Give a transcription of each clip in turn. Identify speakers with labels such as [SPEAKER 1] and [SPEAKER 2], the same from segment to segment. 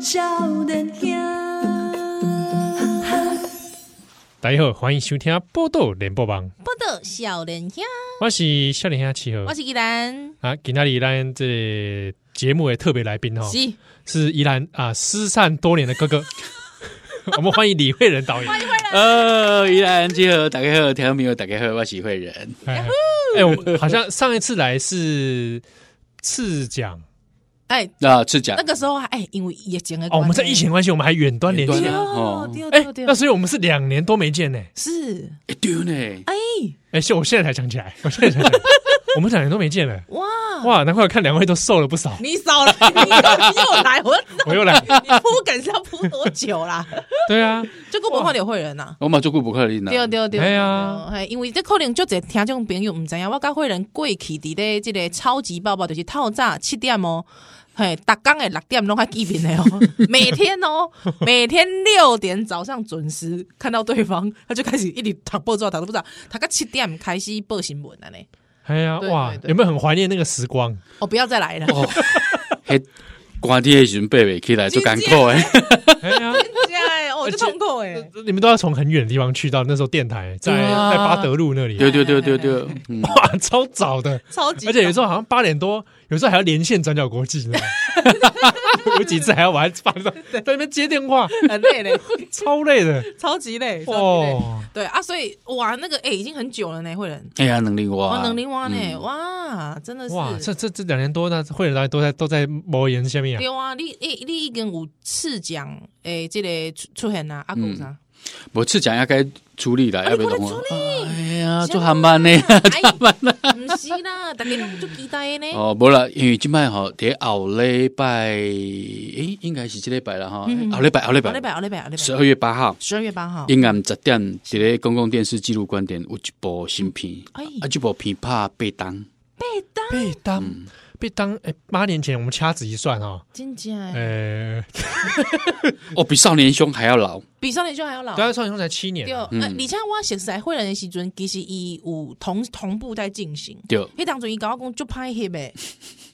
[SPEAKER 1] 少年兄，
[SPEAKER 2] 大家好，欢迎收听《波多联播网》，
[SPEAKER 1] 报道少年兄，
[SPEAKER 2] 我是少年兄七号
[SPEAKER 1] 我是依兰，
[SPEAKER 2] 啊，今天里咱这节目的特别来宾哈、哦，
[SPEAKER 1] 是
[SPEAKER 2] 是宜兰啊失散多年的哥 哥，我们欢迎李慧仁导演。
[SPEAKER 3] 呃，依然集合，打开后，调没有打开后，我喜会人。
[SPEAKER 2] 哎，哎我好像上一次来是次讲
[SPEAKER 4] 哎，
[SPEAKER 3] 那是讲
[SPEAKER 4] 那个时候还哎，因为疫情的
[SPEAKER 2] 哦，我们在疫情关系，我们还远端连
[SPEAKER 3] 远
[SPEAKER 2] 线
[SPEAKER 3] 端。啊
[SPEAKER 4] 哦
[SPEAKER 3] 哦，
[SPEAKER 4] 对
[SPEAKER 2] 哎
[SPEAKER 4] 对，对
[SPEAKER 2] 那，所以我们是两年多没见呢。
[SPEAKER 4] 是
[SPEAKER 3] 哎丢呢，
[SPEAKER 4] 哎
[SPEAKER 2] 哎，现我现在才想起来， 我现在才想起来，我们两年都没见了。
[SPEAKER 4] 哇，
[SPEAKER 2] 哇，难怪我看两位都瘦了不少。
[SPEAKER 4] 你少来，你又来，我
[SPEAKER 2] 我又来，
[SPEAKER 4] 你铺梗是要铺多久 啦？
[SPEAKER 2] 对啊，
[SPEAKER 4] 这个文化流会人啊呐，
[SPEAKER 3] 我嘛做过不克力呢。
[SPEAKER 4] 对对对，
[SPEAKER 2] 哎呀
[SPEAKER 4] 对，嘿因为这可能就这听众朋友唔知影，我甲会人过去伫咧即个超级包包，就是透早七点哦。嘿，逐工的六点拢还见面的哦，每天哦，每天六点早上准时看到对方，他就开始一直读报纸，读都不知道，读到七点开始报新闻了呢。
[SPEAKER 2] 哎呀，
[SPEAKER 4] 对
[SPEAKER 2] 哇
[SPEAKER 4] 对，对
[SPEAKER 2] 有没有很怀念那个时 光？
[SPEAKER 4] 哦，不要再来了，
[SPEAKER 3] 哦，嘿，寒天的时阵爬袂起来，就艰苦诶。
[SPEAKER 2] 哎呀。
[SPEAKER 4] 现在哦，就痛苦哎，
[SPEAKER 2] 你们都要从很远的地方去到那时候电台，在
[SPEAKER 3] 对啊
[SPEAKER 2] 在巴德路那里，
[SPEAKER 3] 对对对对 对，嗯，
[SPEAKER 2] 哇，超早的，
[SPEAKER 4] 超级。
[SPEAKER 2] 而且有时候好像八点多，有时候还要连线转角国 际呢， 有几次还要玩发到在那边接电话，
[SPEAKER 4] 很累嘞，
[SPEAKER 2] 超累的
[SPEAKER 4] 超级累， 超级累。
[SPEAKER 2] 哦。
[SPEAKER 4] 对啊，所以哇，那个哎，已经很久了呢，慧仁，
[SPEAKER 3] 哎呀，能力我
[SPEAKER 4] 哇，
[SPEAKER 3] 啊
[SPEAKER 4] 能力蛙呢，
[SPEAKER 3] 嗯
[SPEAKER 4] 哇，真的是。
[SPEAKER 2] 哇，这这这两年多，那会员大家都在都在魔岩下面啊
[SPEAKER 4] 对。啊，你你你已经有次奖诶，这个出出现啊，阿
[SPEAKER 3] 嗯
[SPEAKER 4] 公啥？
[SPEAKER 3] 我是讲要该处理啦，
[SPEAKER 4] 啊
[SPEAKER 3] 要不
[SPEAKER 4] 你
[SPEAKER 3] 要
[SPEAKER 4] 快来
[SPEAKER 3] 懂我
[SPEAKER 4] 处？啊
[SPEAKER 3] 哎呀，做航班呢。
[SPEAKER 4] 哎，唔是啦，大家拢就期待的呢。
[SPEAKER 3] 哦，无啦，因为即摆吼，伫后礼拜，诶，应该是即礼拜啦吼，后礼拜后礼
[SPEAKER 4] 嗯哦好礼拜，
[SPEAKER 3] 拜，
[SPEAKER 4] 好礼拜，好礼
[SPEAKER 3] 十
[SPEAKER 4] 拜，
[SPEAKER 3] 二月八号。
[SPEAKER 4] 十二月八号。
[SPEAKER 3] 阴暗十点，一个公共电视纪录观点有一部新片，
[SPEAKER 4] 哎
[SPEAKER 3] 啊，这部片拍八档，
[SPEAKER 2] 被当被当哎，八年前我们掐指一算啊，
[SPEAKER 4] 真假
[SPEAKER 3] 哎
[SPEAKER 4] 的？
[SPEAKER 2] 呃，
[SPEAKER 3] 哦，比少年兄还要老。
[SPEAKER 4] 比少年兄还要老。
[SPEAKER 2] 刚刚算一算才七年
[SPEAKER 4] 对，
[SPEAKER 2] 啊，
[SPEAKER 3] 嗯
[SPEAKER 4] 呃，而且我实在会人的时阵，其实伊有同同步在进行。
[SPEAKER 3] 对，
[SPEAKER 4] 迄当阵伊甲我讲就拍翕 诶，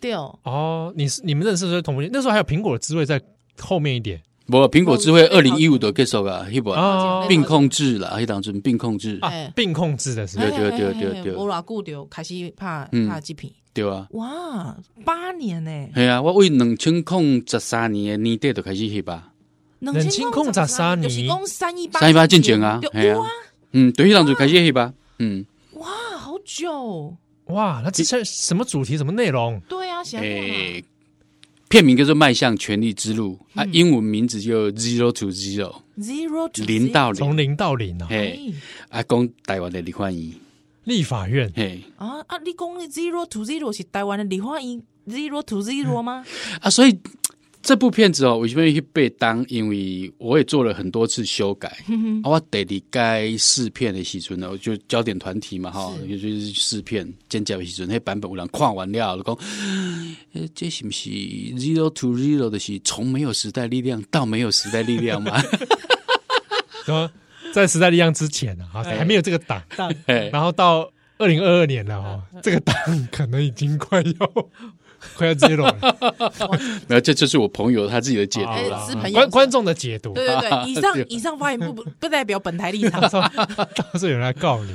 [SPEAKER 4] 对哦，
[SPEAKER 2] 哦，你是你们认识的时候同不？那时候还有苹果的滋味在后面一点
[SPEAKER 3] 无苹果智慧
[SPEAKER 4] 哦
[SPEAKER 3] 二零一五都结束啊，迄部
[SPEAKER 2] 哦
[SPEAKER 3] 病控制啦，迄当阵病控制，
[SPEAKER 2] 啊
[SPEAKER 4] 哎，
[SPEAKER 2] 病控制的是不是
[SPEAKER 3] 对对对对对
[SPEAKER 4] 无偌久就开始拍
[SPEAKER 3] 嗯
[SPEAKER 4] 拍这片，
[SPEAKER 3] 对啊，
[SPEAKER 4] 哇，八年呢，
[SPEAKER 3] 系啊，我为两千零十三年的年底就开始翕啊，
[SPEAKER 4] 两千空十三
[SPEAKER 2] 两千空十三年
[SPEAKER 4] 就是讲三一八
[SPEAKER 3] 三一八进前啊
[SPEAKER 4] 对
[SPEAKER 3] 嘿啊
[SPEAKER 4] 有啊，
[SPEAKER 3] 嗯，对，迄当阵开始翕啊，嗯，
[SPEAKER 4] 哇，好久，
[SPEAKER 2] 哇，那这是什么主题、什么内容？
[SPEAKER 4] 对啊，写
[SPEAKER 3] 诶
[SPEAKER 4] 过，
[SPEAKER 3] 片名叫做《迈向权力之路》啊，
[SPEAKER 2] 嗯
[SPEAKER 3] 英文名字叫 Zero to Zero，
[SPEAKER 4] zero to
[SPEAKER 3] 零到
[SPEAKER 2] 从
[SPEAKER 3] 零，
[SPEAKER 2] 零到零
[SPEAKER 4] 嗯
[SPEAKER 2] 啊！
[SPEAKER 3] 嘿，
[SPEAKER 4] zero
[SPEAKER 3] 啊，讲台湾的李焕英，
[SPEAKER 2] 立法院
[SPEAKER 3] 嘿。
[SPEAKER 4] 哎啊啊，你讲的 zero to zero 是台湾的李焕英 zero to zero 吗？
[SPEAKER 3] 啊，所以这部片子哦，为什么会被当？因为我也做了很多次修改。啊，我得你该试片的时阵呢，我就焦点团体嘛哈，也就是试片尖叫的时阵，那版本有人看完了，就讲，呃，这是不是 zero to zero 的是从没有时代力量到没有时代力量嘛？
[SPEAKER 2] 然后在时代力量之前
[SPEAKER 4] 嗯
[SPEAKER 2] 啊，还没有这个党，
[SPEAKER 3] 嘿
[SPEAKER 2] 然后到二零二二年
[SPEAKER 4] 嗯
[SPEAKER 2] 了哦，这个党可能已经快要 快要 zero 了。
[SPEAKER 3] 然后这就是我朋友他自己的解读
[SPEAKER 2] 哦
[SPEAKER 4] 哎
[SPEAKER 3] 啦。
[SPEAKER 4] 是朋友
[SPEAKER 2] 观观众的解读，
[SPEAKER 4] 对对对，以上以上发言不不 不代表本台立场，
[SPEAKER 2] 到到时候有人来告你，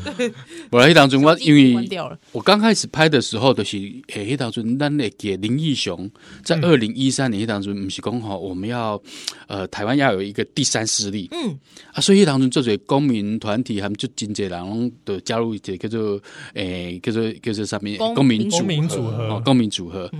[SPEAKER 3] 我来当中，我 因
[SPEAKER 4] 关
[SPEAKER 3] 为
[SPEAKER 4] 掉了，
[SPEAKER 3] 我刚开始拍的时候，就是诶，迄当阵咱会记得林义雄在二零一三年迄当阵，毋是讲吼，我们要呃台湾要有一个第三势力
[SPEAKER 4] 嗯，
[SPEAKER 3] 啊，所以迄当阵做者公民团体，他们就真侪人拢都加入一个叫做诶、叫做叫做啥
[SPEAKER 4] 公
[SPEAKER 3] 物公民
[SPEAKER 2] 公民组合
[SPEAKER 3] 哦，公民组合，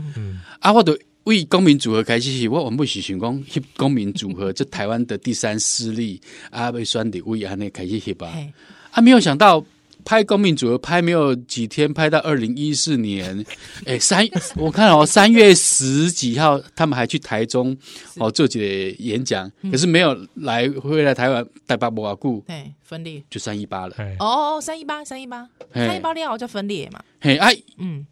[SPEAKER 3] 啊，我都。为公民组合开始是，我原本是想讲翕公民组合，这台湾的第三势力啊，被选立委安尼开始翕吧。
[SPEAKER 4] 嘿，
[SPEAKER 3] 啊，没有想到拍公民组合拍没有几天，拍到二零一四年，哎，三， 我看哦，三月十几号他们还去台中哦做几个演讲，
[SPEAKER 4] 嗯
[SPEAKER 3] 可是没有来回来台湾台北博瓦固
[SPEAKER 4] 对，分裂。
[SPEAKER 3] 就三一八了，
[SPEAKER 2] 哎，
[SPEAKER 4] 哦，三一八，三一八，
[SPEAKER 3] 嘿
[SPEAKER 4] 三一八料叫分裂嘛，
[SPEAKER 3] 嘿，哎、
[SPEAKER 4] 嗯，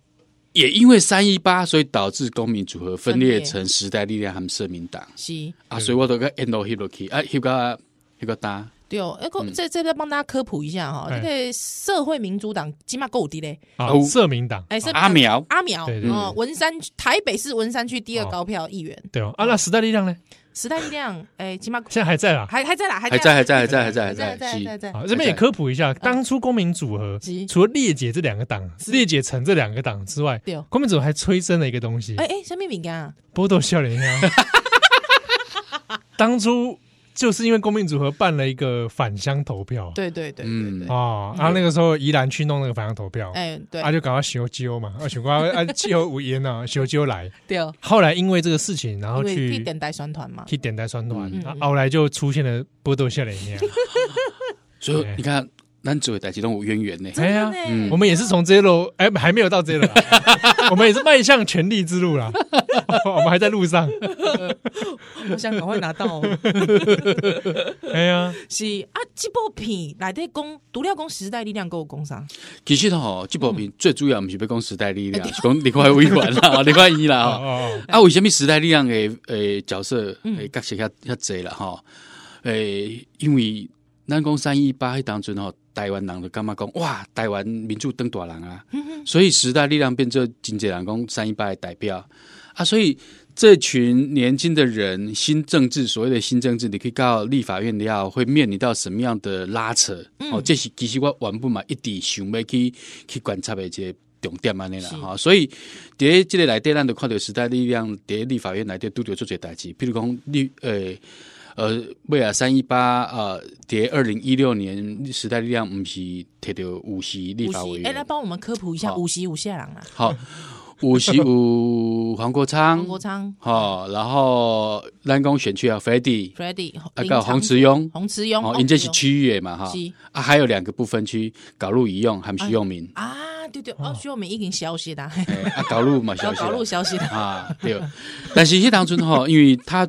[SPEAKER 3] 也因为三一八，所以导致公民组合分
[SPEAKER 4] 分
[SPEAKER 3] 裂
[SPEAKER 4] 裂
[SPEAKER 3] 成时代力量和社民党
[SPEAKER 4] 是。
[SPEAKER 3] 啊，所以我都个 end 到 hip 落去啊，hip 个 hip 个大，
[SPEAKER 4] 对哦，哎，个这这再帮大家科普一下哈，
[SPEAKER 2] 哎
[SPEAKER 4] 这个社会民主党起码够低嘞，
[SPEAKER 2] 啊
[SPEAKER 3] 哦，
[SPEAKER 2] 社民党，
[SPEAKER 4] 哎，是
[SPEAKER 3] 阿苗
[SPEAKER 4] 阿苗
[SPEAKER 2] 对对对
[SPEAKER 4] 哦，文山区台北市文山区第二高票议员，
[SPEAKER 2] 对哦，啊，那时代力量呢？
[SPEAKER 4] 时代力量，哎，起码
[SPEAKER 2] 现在还在啦。
[SPEAKER 4] 还还在啦，还
[SPEAKER 3] 还在还在还在还在
[SPEAKER 4] 还在还在还
[SPEAKER 3] 是
[SPEAKER 4] 在还在，
[SPEAKER 2] 啊，这边也科普一下，当初公民组合
[SPEAKER 4] 嗯是
[SPEAKER 2] 除了裂解这两个党、裂解成这两个党之外
[SPEAKER 4] 对哦，
[SPEAKER 2] 公民组合还催生了一个东西
[SPEAKER 4] 哎，哎，什么饼干啊？
[SPEAKER 2] 波豆笑脸 香。当初就是因为公民组合办了一个返乡投票，
[SPEAKER 4] 对对对对
[SPEAKER 3] 嗯
[SPEAKER 4] 对，
[SPEAKER 2] 啊，然后那个时候宜兰去弄那个返乡投票，啊
[SPEAKER 4] 哎对
[SPEAKER 2] 他就赶快修鸠 嘛，啊，想讲啊，气候无言啊，修鸠来。
[SPEAKER 4] 对哦，
[SPEAKER 2] 后来因为这个事情，然后
[SPEAKER 4] 因为
[SPEAKER 2] 去
[SPEAKER 4] 地点带宣传嘛，
[SPEAKER 2] 去点台酸团
[SPEAKER 3] 嗯，
[SPEAKER 2] 啊后来就出现了波豆笑脸香。
[SPEAKER 3] 所以
[SPEAKER 2] 对
[SPEAKER 3] 你看，咱做代志都有渊源呢。
[SPEAKER 2] 哎呀
[SPEAKER 4] 真的呢
[SPEAKER 3] 嗯
[SPEAKER 2] 我们也是从 zero，哎，还没有到 zero，啦 我们也是迈向权力之路啦，哦我们还在路上。
[SPEAKER 4] 我想赶快拿到哦。
[SPEAKER 2] 哎呀，
[SPEAKER 4] 是啊，这部片内底讲除了讲时代力量，给我讲啥？
[SPEAKER 3] 其实吼，这部片最主要不是要讲时代力量，是讲另外委员啦，另外伊啦。
[SPEAKER 2] 哦
[SPEAKER 3] 吼
[SPEAKER 2] 哦，
[SPEAKER 3] 啊，为什么时代力量的诶角色诶角色较较侪啦吼？诶，因为咱讲三一八迄当阵吼，台湾人就感觉讲哇，台湾民主登大人啊，所以时代力量变做真侪人讲三一八的代表啊，所以这群年轻的人新政治所谓的新政治，你可以到立法院了后，会面临到什么样的拉扯？哦，这是其实我原本嘛一直想要去去观察的一个重点安尼啦
[SPEAKER 4] 是
[SPEAKER 3] 吼，所以。伫咧即个内底，咱就看到时代力量伫咧立法院内底拄着做些代志，譬如讲立呃呃，尾啊三一八呃，伫咧二零一六年时代力量毋是摕着五席立法委
[SPEAKER 4] 哎，来
[SPEAKER 3] 员，
[SPEAKER 4] 帮我们科普一下
[SPEAKER 3] 好
[SPEAKER 4] 五席五下人啦，
[SPEAKER 3] 好，五 席有黄国昌
[SPEAKER 4] 黄，国昌、
[SPEAKER 3] 好，然后咱讲选区啊 f r e d d y
[SPEAKER 4] Freddy、
[SPEAKER 3] 啊，
[SPEAKER 4] 林
[SPEAKER 3] 还有
[SPEAKER 4] 长
[SPEAKER 3] 洪慈庸，
[SPEAKER 4] 洪慈庸，
[SPEAKER 3] 哦，
[SPEAKER 4] 洪
[SPEAKER 3] 因这是
[SPEAKER 4] 慈庸
[SPEAKER 3] 区域的嘛哈
[SPEAKER 4] 是，
[SPEAKER 3] 啊，还有两个不分区，搞路一用含徐用民，
[SPEAKER 4] 啊，对对，哦，徐永明已经消息啦，
[SPEAKER 3] 哎啊，搞路嘛，
[SPEAKER 4] 要
[SPEAKER 3] 消息
[SPEAKER 4] 搞
[SPEAKER 3] 啦
[SPEAKER 4] 路消息啦，
[SPEAKER 3] 啊，对。但是迄当中吼，因为他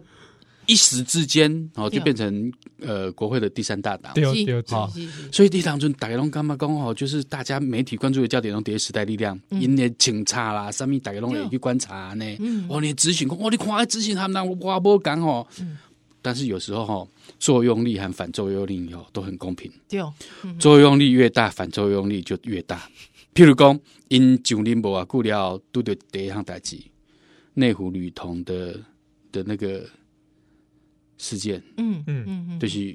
[SPEAKER 3] 一时之间哦，就变成呃国会的第三大 党。
[SPEAKER 2] 对哦
[SPEAKER 4] 是
[SPEAKER 2] 对哦对哦，
[SPEAKER 4] 是是
[SPEAKER 3] 所以迄当中大家拢感觉讲吼，就是大家媒体关注的焦点拢第一时代力量，因的警察啦，啥物大家拢会去观察呢。哦，你的执行讲，哦，你看啊执行他们人我无讲吼。但是有时候吼，作用力和反作用力吼都很公平。
[SPEAKER 4] 对哦，
[SPEAKER 3] 作用力越大，反作用力就越大。譬如讲，因上年无啊，久了后拄着第一项代志，内湖女童的的那个事件，
[SPEAKER 4] 嗯
[SPEAKER 2] 嗯
[SPEAKER 4] 嗯嗯，
[SPEAKER 3] 就是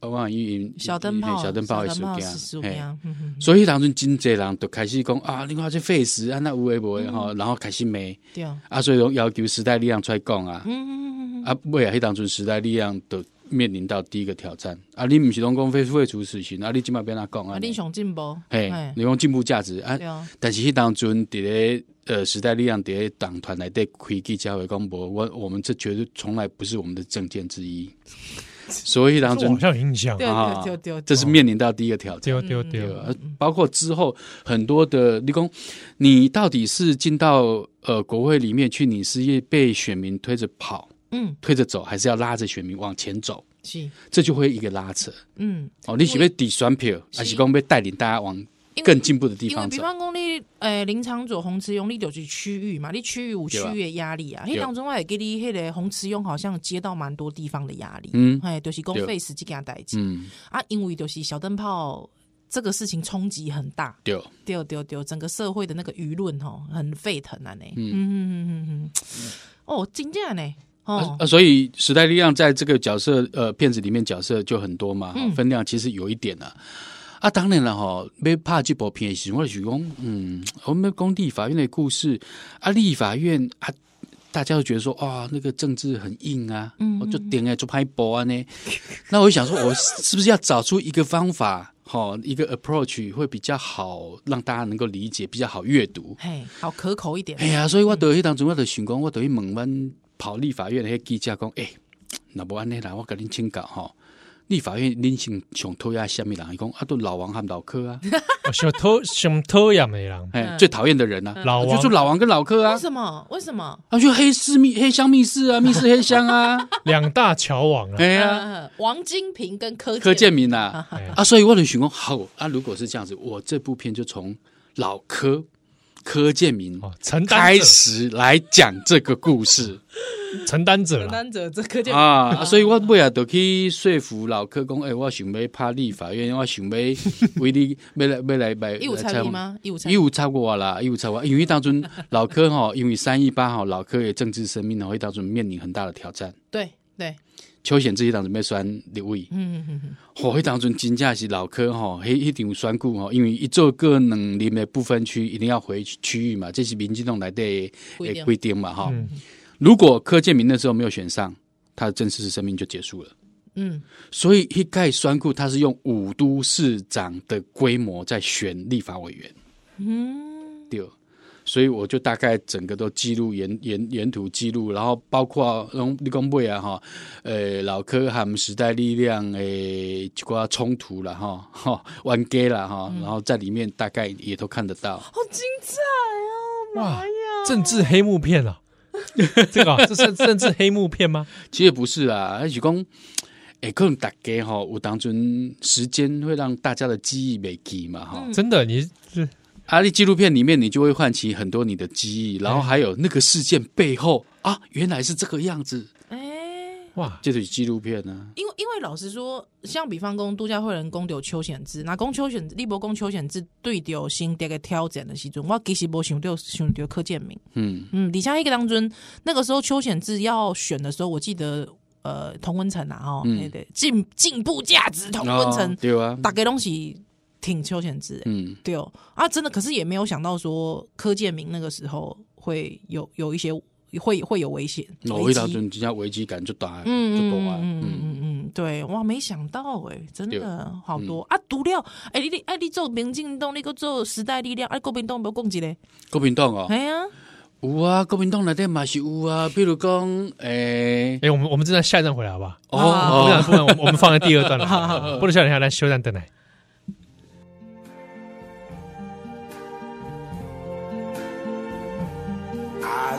[SPEAKER 3] 我讲因
[SPEAKER 4] 小灯
[SPEAKER 3] 嘿
[SPEAKER 4] 泡，
[SPEAKER 3] 小灯泡的
[SPEAKER 4] 小
[SPEAKER 3] 事
[SPEAKER 4] 灯泡
[SPEAKER 3] 件，
[SPEAKER 4] 事
[SPEAKER 3] 嘿
[SPEAKER 4] 件，嗯嗯，
[SPEAKER 3] 所以当阵真济人就开始讲啊，你看这 face 啊，那有诶无
[SPEAKER 4] 嗯
[SPEAKER 3] 诶吼，然后开始骂
[SPEAKER 4] 对哦，
[SPEAKER 3] 啊，所以讲要求时代力量出来讲啊，
[SPEAKER 4] 嗯嗯嗯嗯嗯，
[SPEAKER 3] 啊，未来迄当阵时代力量都面临到第一个挑战啊，你毋是拢讲非废除死刑啊，你即摆变哪讲
[SPEAKER 4] 啊，
[SPEAKER 3] 啊？
[SPEAKER 4] 林雄进步，
[SPEAKER 3] 嘿
[SPEAKER 4] 哎，
[SPEAKER 3] 你讲进步价值啊
[SPEAKER 4] 对，哦，
[SPEAKER 3] 但是迄当阵伫咧呃时代力量伫咧党团内底开记者会讲无，我我们这绝对从来不是我们的政见 之一，所以迄当
[SPEAKER 2] 这我好
[SPEAKER 3] 阵
[SPEAKER 2] 像有印象，
[SPEAKER 4] 对
[SPEAKER 3] 啊
[SPEAKER 4] 对对对，
[SPEAKER 3] 这是面临到第一个挑战。
[SPEAKER 2] 对哦对哦对
[SPEAKER 3] 对
[SPEAKER 2] 哦，
[SPEAKER 3] 吧呃
[SPEAKER 4] 嗯
[SPEAKER 3] 包括之后很多的，你讲你到底是进到呃国会里面去，你是被选民推着跑、
[SPEAKER 4] 嗯
[SPEAKER 3] 推着走，还是要拉着选民往前走？
[SPEAKER 4] 是
[SPEAKER 3] 这就会一个拉扯
[SPEAKER 4] 嗯。
[SPEAKER 3] 哦。你是要抵选票，
[SPEAKER 4] 是
[SPEAKER 3] 还是讲要带领大家往
[SPEAKER 4] 因为
[SPEAKER 3] 更进步的地
[SPEAKER 4] 因为
[SPEAKER 3] 方
[SPEAKER 4] 比
[SPEAKER 3] 走？
[SPEAKER 4] 方讲你，诶、林场左洪慈庸，你就是区域嘛，你区域有区域的压力啊。
[SPEAKER 3] 对
[SPEAKER 4] 迄当中我也给你，迄个洪慈庸好像接到蛮多地方的压力，
[SPEAKER 3] 嗯
[SPEAKER 4] 哎，就是公
[SPEAKER 3] 对
[SPEAKER 4] 费时这件代志
[SPEAKER 3] 嗯，
[SPEAKER 4] 啊，因为就是小灯泡这个事情冲击很大，
[SPEAKER 3] 对。
[SPEAKER 4] 对对对，整个社会的那个舆论吼很沸腾啊呢，嗯嗯嗯嗯嗯，哦，真正呢，
[SPEAKER 3] 啊
[SPEAKER 4] 哦，
[SPEAKER 3] 啊，所以时代力量在这个角色呃片子里面角色就很多嘛，哈分量其实有一点啊。啊，当然了哈，要拍这部片的时候，我就想讲，嗯，我们要讲立法院的故事啊，立法院啊，大家都觉得说，哇、那个政治很硬啊，嗯，就顶哎，就拍波啊呢。那我就想说，我是不是要找出一个方法，哈，一个 approach 会比较好，让大家能够理解，比较好阅读。
[SPEAKER 4] 嘿，好可口一点
[SPEAKER 3] 哎，呀，所以我到迄当中，我就想讲，我就去问阮跑立法院的迄记者讲，哎、若无安尼啦，我甲恁请教吼。立法院恁先上讨厌虾米人？伊讲啊，都老王和老柯 啊，
[SPEAKER 2] 哦小偷小偷也没人，
[SPEAKER 3] 哎、最讨厌的人啊，
[SPEAKER 2] 老王
[SPEAKER 3] 就说老王跟老柯啊
[SPEAKER 4] 为，什么？为什么？
[SPEAKER 3] 啊就黑市密黑箱密室啊，密室黑箱 啊，
[SPEAKER 2] 两大桥网啊，
[SPEAKER 3] 哎呀，
[SPEAKER 4] 呃，王金平跟柯
[SPEAKER 3] 柯
[SPEAKER 4] 建
[SPEAKER 3] 建明 啊，
[SPEAKER 2] 哎
[SPEAKER 3] 啊，所以我就想讲，好啊，如果是这样子，我这部片就从老柯柯建明
[SPEAKER 2] 哦，承担
[SPEAKER 3] 开
[SPEAKER 2] 者，
[SPEAKER 3] 始来讲这个故事
[SPEAKER 2] 承担者
[SPEAKER 4] 承
[SPEAKER 2] 啦，
[SPEAKER 4] 担者这个就
[SPEAKER 3] 啊，啊所以我尾啊，就去说服老柯讲，哎、我想要拍立法院，我想要为 你要来要来买，
[SPEAKER 4] 一五
[SPEAKER 3] 来
[SPEAKER 4] 呃参与？吗？一五参
[SPEAKER 3] 一
[SPEAKER 4] 与，
[SPEAKER 3] 五超过我啦，一五超过我，因为当中老柯吼，因为三一八吼，老柯的政治生命吼，会当中面临很大的挑战。
[SPEAKER 4] 对对，
[SPEAKER 3] 邱显自己当中要选立委，
[SPEAKER 4] 嗯嗯嗯，
[SPEAKER 3] 吼、迄当中真正是老柯吼，迄迄场选举吼，因为一做个两林的不分区，一定要回区域嘛，这是民进党来的
[SPEAKER 4] 规定
[SPEAKER 3] 规定嘛，哈、
[SPEAKER 2] 嗯
[SPEAKER 3] 如果柯建明那时候没有选上，他的正式生命就结束了。
[SPEAKER 4] 嗯，
[SPEAKER 3] 所以一概酸库他是用五都市长的规模在选立法委员。嗯，对。所以我就大概整个都记录沿沿沿途记录，然后包括用立功会啊哈，呃老科和时代力量诶一寡冲突了哈哈玩 gay 了哈，
[SPEAKER 4] 嗯
[SPEAKER 3] 然后在里面大概也都看得到。
[SPEAKER 4] 好精彩哦！
[SPEAKER 2] 哇，政治黑幕片 啊，这个啊这是政治黑幕片吗？
[SPEAKER 3] 其实不是啊，而是讲，诶，可能大家哈，有当中时间会让大家的记忆没记嘛
[SPEAKER 4] 嗯
[SPEAKER 3] 哈。
[SPEAKER 2] 真的，你是
[SPEAKER 3] 阿里纪录片里面，你就会唤起很多你的记忆，然后还有那个事件背后啊，原来是这个样子，
[SPEAKER 4] 哎，
[SPEAKER 2] 哇，
[SPEAKER 3] 这就是纪录片啊呢、
[SPEAKER 4] 因为因为老实说，像比方讲，度假会人讲到邱显志，那讲邱显立博讲邱显志对着新的个挑战的时阵，我其实无想到想到柯建明。
[SPEAKER 3] 嗯，
[SPEAKER 4] 嗯，底下一个当中，那个时候邱显志要选的时候，我记得呃，童文成啊，哦，
[SPEAKER 3] 嗯
[SPEAKER 4] 对对，进进步价值童文成，
[SPEAKER 3] 哦对啊，
[SPEAKER 4] 大概东西挺邱显志的，
[SPEAKER 3] 嗯，
[SPEAKER 4] 对哦，啊，真的，可是也没有想到说柯建明那个时候会有有一些会会有危险，
[SPEAKER 3] 我
[SPEAKER 4] 危
[SPEAKER 3] 一
[SPEAKER 4] 机
[SPEAKER 3] 哦到阵真正危机感就大，
[SPEAKER 4] 嗯
[SPEAKER 3] 就大啊，
[SPEAKER 4] 嗯嗯
[SPEAKER 3] 嗯，
[SPEAKER 4] 嗯嗯，对，哇，没想到哎、真
[SPEAKER 3] 对嗯
[SPEAKER 4] 的好多、啊！独了，哎、你你哎，你做民进党，你个做时代力量，哎、啊，国民党无讲一个，
[SPEAKER 3] 国民党哦，
[SPEAKER 4] 哎呀、
[SPEAKER 3] 有啊，国民党内底嘛是有啊，比如讲，诶、
[SPEAKER 2] 哎，我们我们真的下一站回来好不好？
[SPEAKER 3] 哦
[SPEAKER 4] 啊
[SPEAKER 2] 不然
[SPEAKER 3] 哦，
[SPEAKER 2] 不然，我们我们放在第二 段了，不能笑脸下来，休战等来。
[SPEAKER 5] I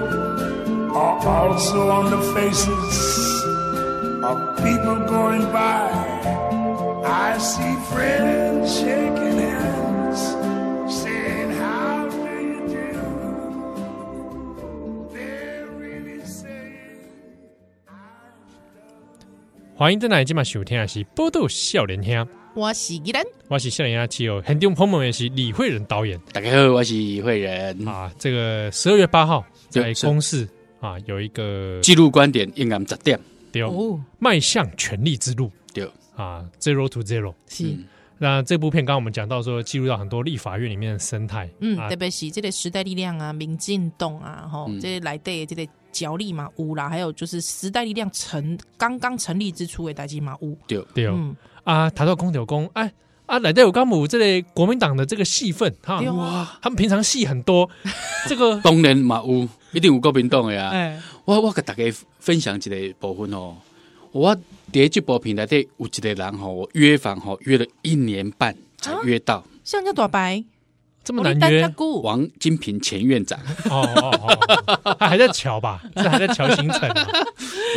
[SPEAKER 5] are also on the faces of people going by. I see friends shaking hands, saying, How do you do? They're really saying,
[SPEAKER 2] 欢迎登来，今晚收听的是《波豆笑脸兄》，
[SPEAKER 4] 我是伊人，
[SPEAKER 2] 我是笑脸兄七友，很丢朋友们也是李慧仁导演
[SPEAKER 3] 大家好，我是慧仁，
[SPEAKER 4] 嗯
[SPEAKER 2] 啊。这个十二月八号在
[SPEAKER 3] 对是
[SPEAKER 2] 公视啊有一个
[SPEAKER 3] 记录观点，应该十点，
[SPEAKER 2] 丢
[SPEAKER 4] 哦，
[SPEAKER 2] 迈向权力之路
[SPEAKER 3] 对，
[SPEAKER 2] 啊，Zero to Zero。
[SPEAKER 4] 是，
[SPEAKER 3] 嗯
[SPEAKER 2] 那这部片刚刚我们讲到说，记录到很多立法院里面的生态，
[SPEAKER 4] 嗯，
[SPEAKER 2] 啊
[SPEAKER 4] 特，别是这个时代力量啊，民进党啊，吼，
[SPEAKER 3] 嗯
[SPEAKER 4] 这些来对这个角力嘛有啦，还有就是时代力量成刚刚成立之初的代志嘛有，
[SPEAKER 3] 对，
[SPEAKER 2] 对哦
[SPEAKER 4] 嗯，
[SPEAKER 2] 啊，谈到公牛公，哎啊，来到有刚姆这类国民党的这个戏份哈，
[SPEAKER 4] 对
[SPEAKER 2] 哇
[SPEAKER 4] 啊，
[SPEAKER 2] 他们平常戏很 多，这个
[SPEAKER 3] 当然嘛有，一定有国民党的啊。
[SPEAKER 4] 哎，
[SPEAKER 3] 我我甲大家分享一个部分哦，我第一部片内底有一个人哦吼，我约访吼约了一年半才约到
[SPEAKER 4] 像叫大白，
[SPEAKER 2] 这么
[SPEAKER 4] 我哩
[SPEAKER 2] 难
[SPEAKER 4] 等
[SPEAKER 2] 约
[SPEAKER 4] 较久，
[SPEAKER 3] 王金平前院长。
[SPEAKER 2] 哦哦哦哦，他还在瞧吧，这还在瞧行程啊，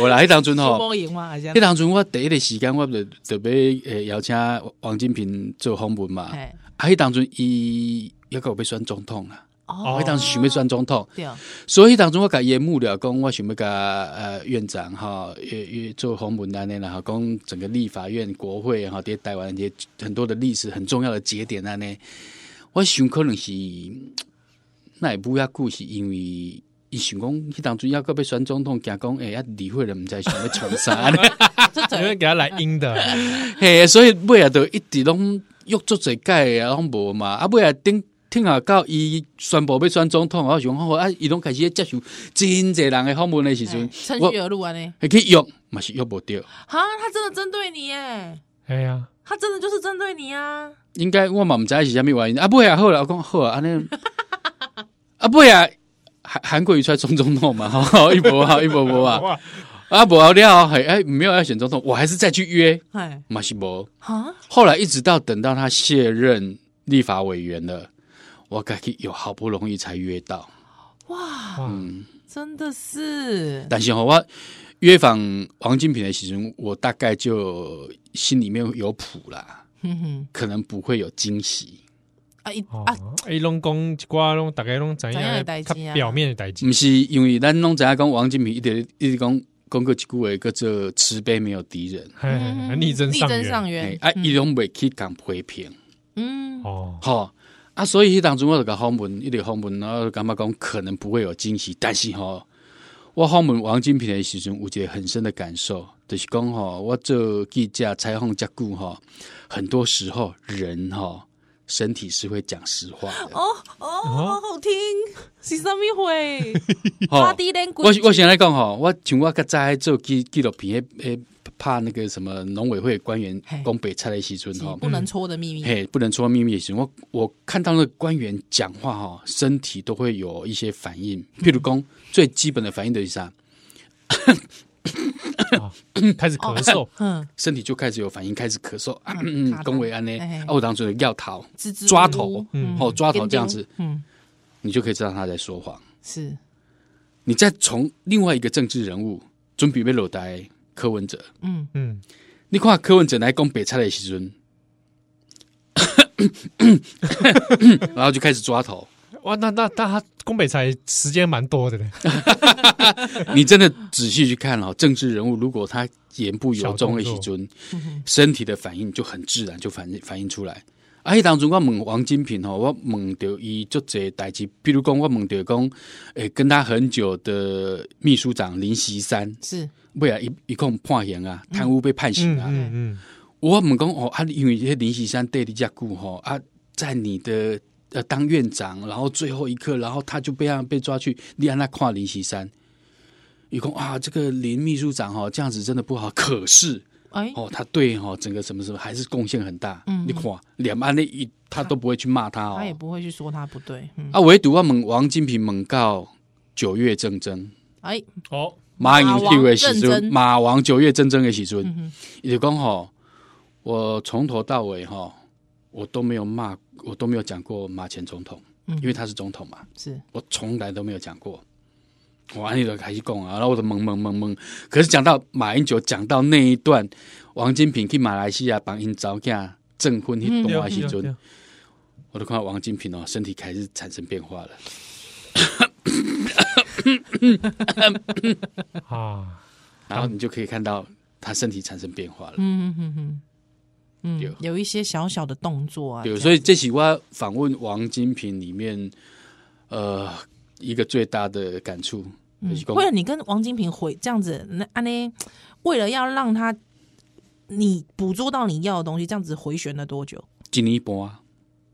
[SPEAKER 3] 我来迄当阵
[SPEAKER 4] 我
[SPEAKER 3] 吼，
[SPEAKER 4] 无赢嘛，还是
[SPEAKER 3] 迄，当阵我第一个时间我就就要诶邀请王金平做访问嘛。
[SPEAKER 4] 哎，
[SPEAKER 3] 啊，迄当阵伊要甲我要选总统啦，我
[SPEAKER 4] 哦
[SPEAKER 3] 迄当时想要选总统，
[SPEAKER 4] 对，
[SPEAKER 3] 所以迄当阵我甲伊诶幕僚讲，我想要甲呃院长吼约约做访问安尼啦，吼讲整个立法院、国会吼伫台湾一些很多的历史很重要的节点安尼，我想可能是。嗯那不遐久是因为伊想讲，迄当初抑个要选总统，惊讲哎呀离婚了，毋知想要创啥呢？
[SPEAKER 2] 因为给他来阴 的，
[SPEAKER 3] 嘿，所以尾啊，就一直拢约足侪届啊，拢无嘛。啊，尾啊，顶听下到伊宣布要选总统，我想好啊，伊拢开始接受真侪人的访问的时阵，
[SPEAKER 4] 趁
[SPEAKER 3] 我
[SPEAKER 4] 虚而入啊呢？
[SPEAKER 3] 会去约，嘛是约无着。
[SPEAKER 4] 哈，他真的针对你耶，
[SPEAKER 2] 哎呀，
[SPEAKER 4] 他真的就是针对你啊！
[SPEAKER 3] 应该我嘛毋知是啥物原因。啊，尾啊好啦，我讲好啊，安尼啊，尾啊，韩韩国瑜出来选总统嘛， 吼，伊无啊，伊无无啊，
[SPEAKER 2] 哇，
[SPEAKER 3] 啊无啊了，嘿，哎，没有要选总统，我还是再去约，
[SPEAKER 4] 哎，
[SPEAKER 3] 嘛是无。
[SPEAKER 4] 哈，
[SPEAKER 3] 后来一直到等到他卸任立法委员了，我感觉有好不容易才约到，
[SPEAKER 4] 哇，
[SPEAKER 2] 哇
[SPEAKER 4] 真的是，
[SPEAKER 3] 但是吼我约访王金平的时候，我大概就心里面有谱啦，
[SPEAKER 4] 哼哼，
[SPEAKER 3] 可能不会有惊喜，
[SPEAKER 4] 啊一
[SPEAKER 2] 哦
[SPEAKER 4] 啊，，
[SPEAKER 2] 伊拢讲一寡拢大概拢知影
[SPEAKER 4] 知影的
[SPEAKER 2] 的
[SPEAKER 4] 代
[SPEAKER 2] 较
[SPEAKER 4] 志啊
[SPEAKER 2] 表面的代志，
[SPEAKER 3] 不是因为咱拢知影讲王金平一直一直讲讲过一句话，叫做慈悲没有敌人，
[SPEAKER 2] 嘿嘿嘿
[SPEAKER 4] 嗯
[SPEAKER 2] 哎逆增
[SPEAKER 4] 力
[SPEAKER 2] 上
[SPEAKER 4] 争
[SPEAKER 2] 缘
[SPEAKER 4] 上
[SPEAKER 3] 哎
[SPEAKER 4] 缘，
[SPEAKER 3] 啊，伊拢袂去讲批评。
[SPEAKER 4] 嗯，
[SPEAKER 2] 哦，
[SPEAKER 3] 吼、啊，所以迄当中我就甲访问，一直访问，然后就感觉讲可能不会有惊喜，但是吼、我访问王金平的时阵，有一个很深的感受，就是讲吼、我做记者采访遮久吼、很多时候人吼、身体是会讲实话的。
[SPEAKER 4] 哦
[SPEAKER 2] 啊
[SPEAKER 4] 哦，好好听，是啥物会？
[SPEAKER 3] 吼
[SPEAKER 4] 巴蒂连
[SPEAKER 3] 哦我我先来讲吼，我像我较早在做纪纪录片，诶诶，拍那个什么农委会官员
[SPEAKER 4] 嘿
[SPEAKER 3] 讲北菜的时阵吼，
[SPEAKER 4] 不能戳的秘密，
[SPEAKER 3] 嗯嘿，不能说秘密也行。我我看到那个官员讲话哈、哦，身体都会有一些反应，
[SPEAKER 4] 嗯
[SPEAKER 3] 譬如讲最基本的反应的是啥，
[SPEAKER 2] 开始咳嗽，
[SPEAKER 4] 嗯，
[SPEAKER 3] 身体就开始有反应，开始咳嗽，啊嗯
[SPEAKER 4] 卡痰
[SPEAKER 3] 恭维安呢
[SPEAKER 4] 哎，
[SPEAKER 3] 啊，我当初要逃，
[SPEAKER 4] 支支
[SPEAKER 3] 抓
[SPEAKER 4] 吾
[SPEAKER 3] 头
[SPEAKER 4] 吾，嗯
[SPEAKER 3] 哦，抓头这样子，
[SPEAKER 4] 嗯，
[SPEAKER 3] 你就可以知道他在说谎。
[SPEAKER 4] 是，
[SPEAKER 3] 你再从另外一个政治人物准备被落台柯文哲，
[SPEAKER 4] 嗯，
[SPEAKER 2] 嗯，
[SPEAKER 3] 你看柯文哲来讲北菜的时阵， 然后就开始抓头。
[SPEAKER 4] 哦
[SPEAKER 2] 哇，那那那他宫北才时间蛮多 的嘞，
[SPEAKER 3] 你真的仔细去看哦，政治人物如果他言不由衷的时阵，身体的反应就很自然就反反映出来。啊，迄当中我问王金平吼，我问到伊足侪代志，比如讲我问到讲，诶、跟他很久的秘书长林锡山，
[SPEAKER 4] 是，
[SPEAKER 3] 尾啊一一共判刑啊，贪污被判
[SPEAKER 2] 嗯
[SPEAKER 3] 刑啊。
[SPEAKER 2] 嗯嗯，
[SPEAKER 3] 我问讲哦，啊，因为这些林锡山对你家顾吼啊，在你的呃当院长，然后最后一刻，然后他就被让被抓去，你安那跨林锡山，伊讲啊，这个林秘书长哦，这样子真的不好，可是
[SPEAKER 4] 哎，
[SPEAKER 3] 哦，他对哦整个什么什么还是贡献很大，你看两岸那一他都不会去骂他哦，
[SPEAKER 4] 嗯他也不会去说他不对，嗯，
[SPEAKER 3] 啊，唯独我问王金平问到九月政争。
[SPEAKER 4] 哎，
[SPEAKER 2] 哦，
[SPEAKER 3] 马英九的时
[SPEAKER 4] 马王
[SPEAKER 3] 阵，
[SPEAKER 4] 战争
[SPEAKER 3] 马王九月战争的时
[SPEAKER 4] 嗯
[SPEAKER 3] 阵
[SPEAKER 4] 哼，
[SPEAKER 3] 伊、就讲吼，我从头到尾吼，我都没有骂，我都没有讲过马前总统，
[SPEAKER 4] 嗯
[SPEAKER 3] 因为他是总统嘛，
[SPEAKER 4] 是，
[SPEAKER 3] 我从来都没有讲过。我安利就开始讲啊，然后我就懵懵懵懵。可是讲到马英九，讲到那一段王金平去马来西亚帮因早囝证婚迄
[SPEAKER 4] 嗯
[SPEAKER 2] 对
[SPEAKER 3] 段
[SPEAKER 2] 啊
[SPEAKER 3] 的时阵，
[SPEAKER 2] 对啊
[SPEAKER 3] 我都看到王金平哦，身体开始产生变化了。
[SPEAKER 2] 对啊啊，
[SPEAKER 3] 然后你就可以看到他身体产生变化了。
[SPEAKER 4] 嗯嗯嗯嗯，
[SPEAKER 3] 对
[SPEAKER 4] 嗯，有一些小小的动作啊，
[SPEAKER 3] 对，
[SPEAKER 4] 这样
[SPEAKER 3] 所以这是我访问王金平里面，呃，一个最大的感触，就是讲
[SPEAKER 4] 为了你跟王金平回这样子，那安呢，为了要让他你捕捉到你要的东西，这样子回旋了多久？
[SPEAKER 3] 一年半，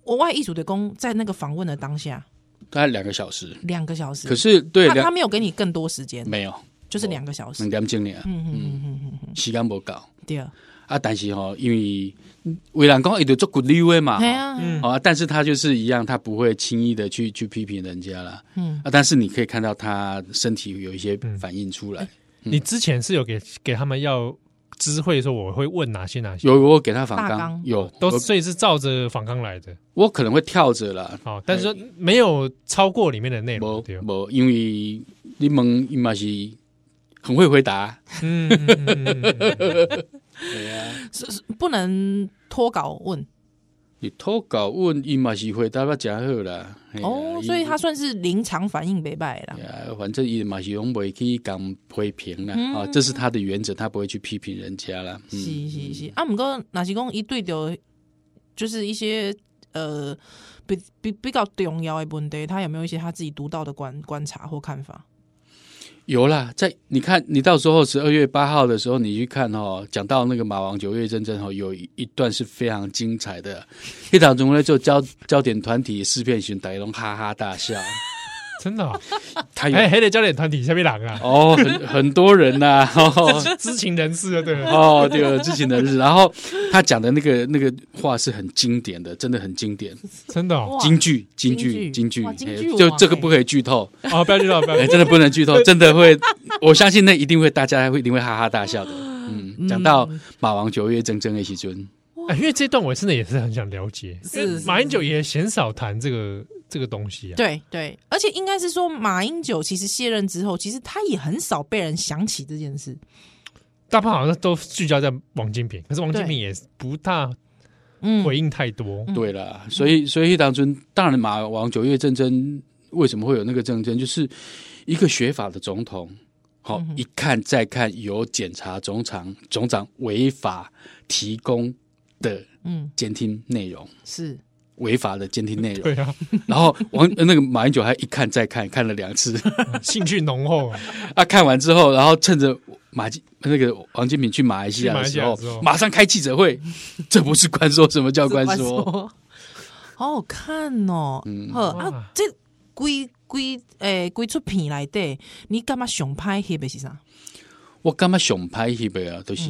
[SPEAKER 4] 我外艺术的工在那个访问的当下
[SPEAKER 3] 大概两个小时。
[SPEAKER 4] 两个小时，
[SPEAKER 3] 可是对
[SPEAKER 4] 他他
[SPEAKER 3] 两
[SPEAKER 4] 没有给你更多时间，
[SPEAKER 3] 没有
[SPEAKER 4] 就是两个小时
[SPEAKER 3] 两。点钟了，
[SPEAKER 4] 嗯嗯嗯嗯嗯嗯，
[SPEAKER 3] 时间不够
[SPEAKER 4] 对啊，
[SPEAKER 3] 啊。但是吼、因为为人讲伊就做骨溜的嘛，
[SPEAKER 4] 哎呀，
[SPEAKER 3] 哦啊，但是他就是一样，他不会轻易的去去批评人家啦。
[SPEAKER 4] 嗯
[SPEAKER 3] 啊，但是你可以看到他身体有一些
[SPEAKER 2] 嗯
[SPEAKER 3] 反应出来。
[SPEAKER 2] 你之前是有给给他们要知会说我会问哪些哪些，
[SPEAKER 3] 有我给他反
[SPEAKER 4] 大
[SPEAKER 3] 纲
[SPEAKER 4] 纲，
[SPEAKER 3] 有
[SPEAKER 2] 都
[SPEAKER 3] 我
[SPEAKER 2] 所以是照着访纲来的，
[SPEAKER 3] 我可能会跳着啦，
[SPEAKER 2] 哦，但是
[SPEAKER 3] 哎
[SPEAKER 2] 说没有超过里面的内容
[SPEAKER 3] 无，
[SPEAKER 2] 对，
[SPEAKER 3] 无，因为你问伊嘛是很会回答，
[SPEAKER 2] 嗯嗯嗯嗯嗯嗯
[SPEAKER 4] 不能脱稿问
[SPEAKER 3] 你投稿问伊嘛是回答到真好啦。嘿啊
[SPEAKER 4] 哦，
[SPEAKER 3] 伊
[SPEAKER 4] 所以他算是临场反应北败啦
[SPEAKER 3] 嘿。啊反正伊嘛是拢袂去讲批评啦，
[SPEAKER 4] 嗯
[SPEAKER 3] 啊，这是他的原则，他不会去批评人家啦。嗯，
[SPEAKER 4] 是是是，啊，毋过若是讲伊对着就是一些呃比比比较重要的问题，他有没有一些他自己独到的观观察或看法？
[SPEAKER 3] 有啦，在你看，你到时候十二月八号的时候，你去看哦，讲到那个马王九月真真哦，有一一段是非常精彩的。一档中呢，就焦焦点团体试片群，大家都哈哈大笑。
[SPEAKER 2] 真的、哦，
[SPEAKER 3] 他有
[SPEAKER 2] 哎，黑的教练团体下面两个啊
[SPEAKER 3] 哦，很很多人呐、哦
[SPEAKER 2] 知情人士啊就对 了，
[SPEAKER 3] 哦，对了，之前的日，然后他讲的那个那个话是很经典的，真的很经典，
[SPEAKER 2] 真的哦，
[SPEAKER 4] 哇
[SPEAKER 3] 京剧，京剧，
[SPEAKER 4] 京
[SPEAKER 3] 京
[SPEAKER 4] 剧
[SPEAKER 3] 剧
[SPEAKER 4] 哇，京
[SPEAKER 3] 哎
[SPEAKER 4] 剧
[SPEAKER 3] 就
[SPEAKER 4] 王
[SPEAKER 3] 这个
[SPEAKER 4] 哎
[SPEAKER 3] 不可以剧透，
[SPEAKER 2] 哦不要知道，不要
[SPEAKER 3] 哎，真的不能剧透，真的会，我相信那一定会大家会一定会哈哈大笑的。嗯，讲到马王九月真真的时尊，
[SPEAKER 2] 哎，因为这段我真的也是很想了解，
[SPEAKER 4] 是
[SPEAKER 2] 因为马英九也鲜少谈这个这个东西啊，
[SPEAKER 4] 对对，而且应该是说，马英九其实卸任之后，其实他也很少被人想起这件事。
[SPEAKER 2] 大部分好像都聚焦在王金平，可是王金平也不大
[SPEAKER 4] 嗯，
[SPEAKER 2] 回应太多，
[SPEAKER 3] 对了，所以所以当中当然马王九月真真为什么会有那个政争，就是一个学法的总统。好、
[SPEAKER 2] 嗯
[SPEAKER 3] 一看再看，由检察总长总长违法提供的
[SPEAKER 4] 嗯
[SPEAKER 3] 监听内容，
[SPEAKER 4] 是
[SPEAKER 3] 违法的监听内容
[SPEAKER 2] 对。啊，
[SPEAKER 3] 然后王呃那个马英九还一看再看，看了两次
[SPEAKER 2] 兴趣浓厚啊，
[SPEAKER 3] 啊。看完之后，然后趁着马金那个王金平去马来西亚的时候
[SPEAKER 2] 去马来西亚的时候，
[SPEAKER 3] 马上开记者会。这不是官说，什么叫官说？
[SPEAKER 4] 说， 好好看哦。嗯，好
[SPEAKER 2] 哇
[SPEAKER 4] 啊，这规规诶规出片来的，你干嘛想拍黑白是啥？
[SPEAKER 3] 我感觉上拍翕的啊，就是。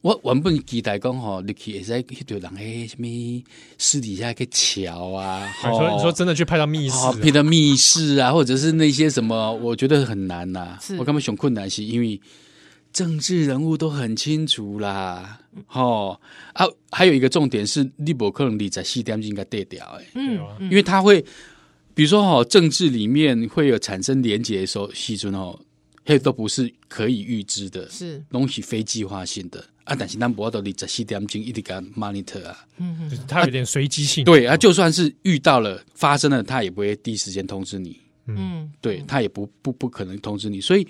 [SPEAKER 3] 我原本期待讲吼，你去会使迄对人迄什物私底下去桥啊，
[SPEAKER 2] 你说
[SPEAKER 3] 吼
[SPEAKER 2] 你说真的去派到密室啊
[SPEAKER 3] 哦，，别的密室啊，或者是那些什么，我觉得很难呐、
[SPEAKER 4] 是
[SPEAKER 3] 我干嘛选困难是因为政治人物都很清楚啦，哦啊，还有一个重点是利伯克能你在西点就应该对掉哎、
[SPEAKER 2] 对啊
[SPEAKER 3] 因为他会，比如说哦，政治里面会有产生连结的时候，细尊哦，嘿都不是可以预知的，
[SPEAKER 4] 是
[SPEAKER 3] 东西非计划性的啊，但是咱不要到你在西点钟一直给他 monitor 啊。
[SPEAKER 2] 就是他有点随机性，
[SPEAKER 3] 对啊，就算是遇到了发生了，他也不会第一时间通知你。
[SPEAKER 4] 嗯，
[SPEAKER 3] 对他也不不不可能通知你，所以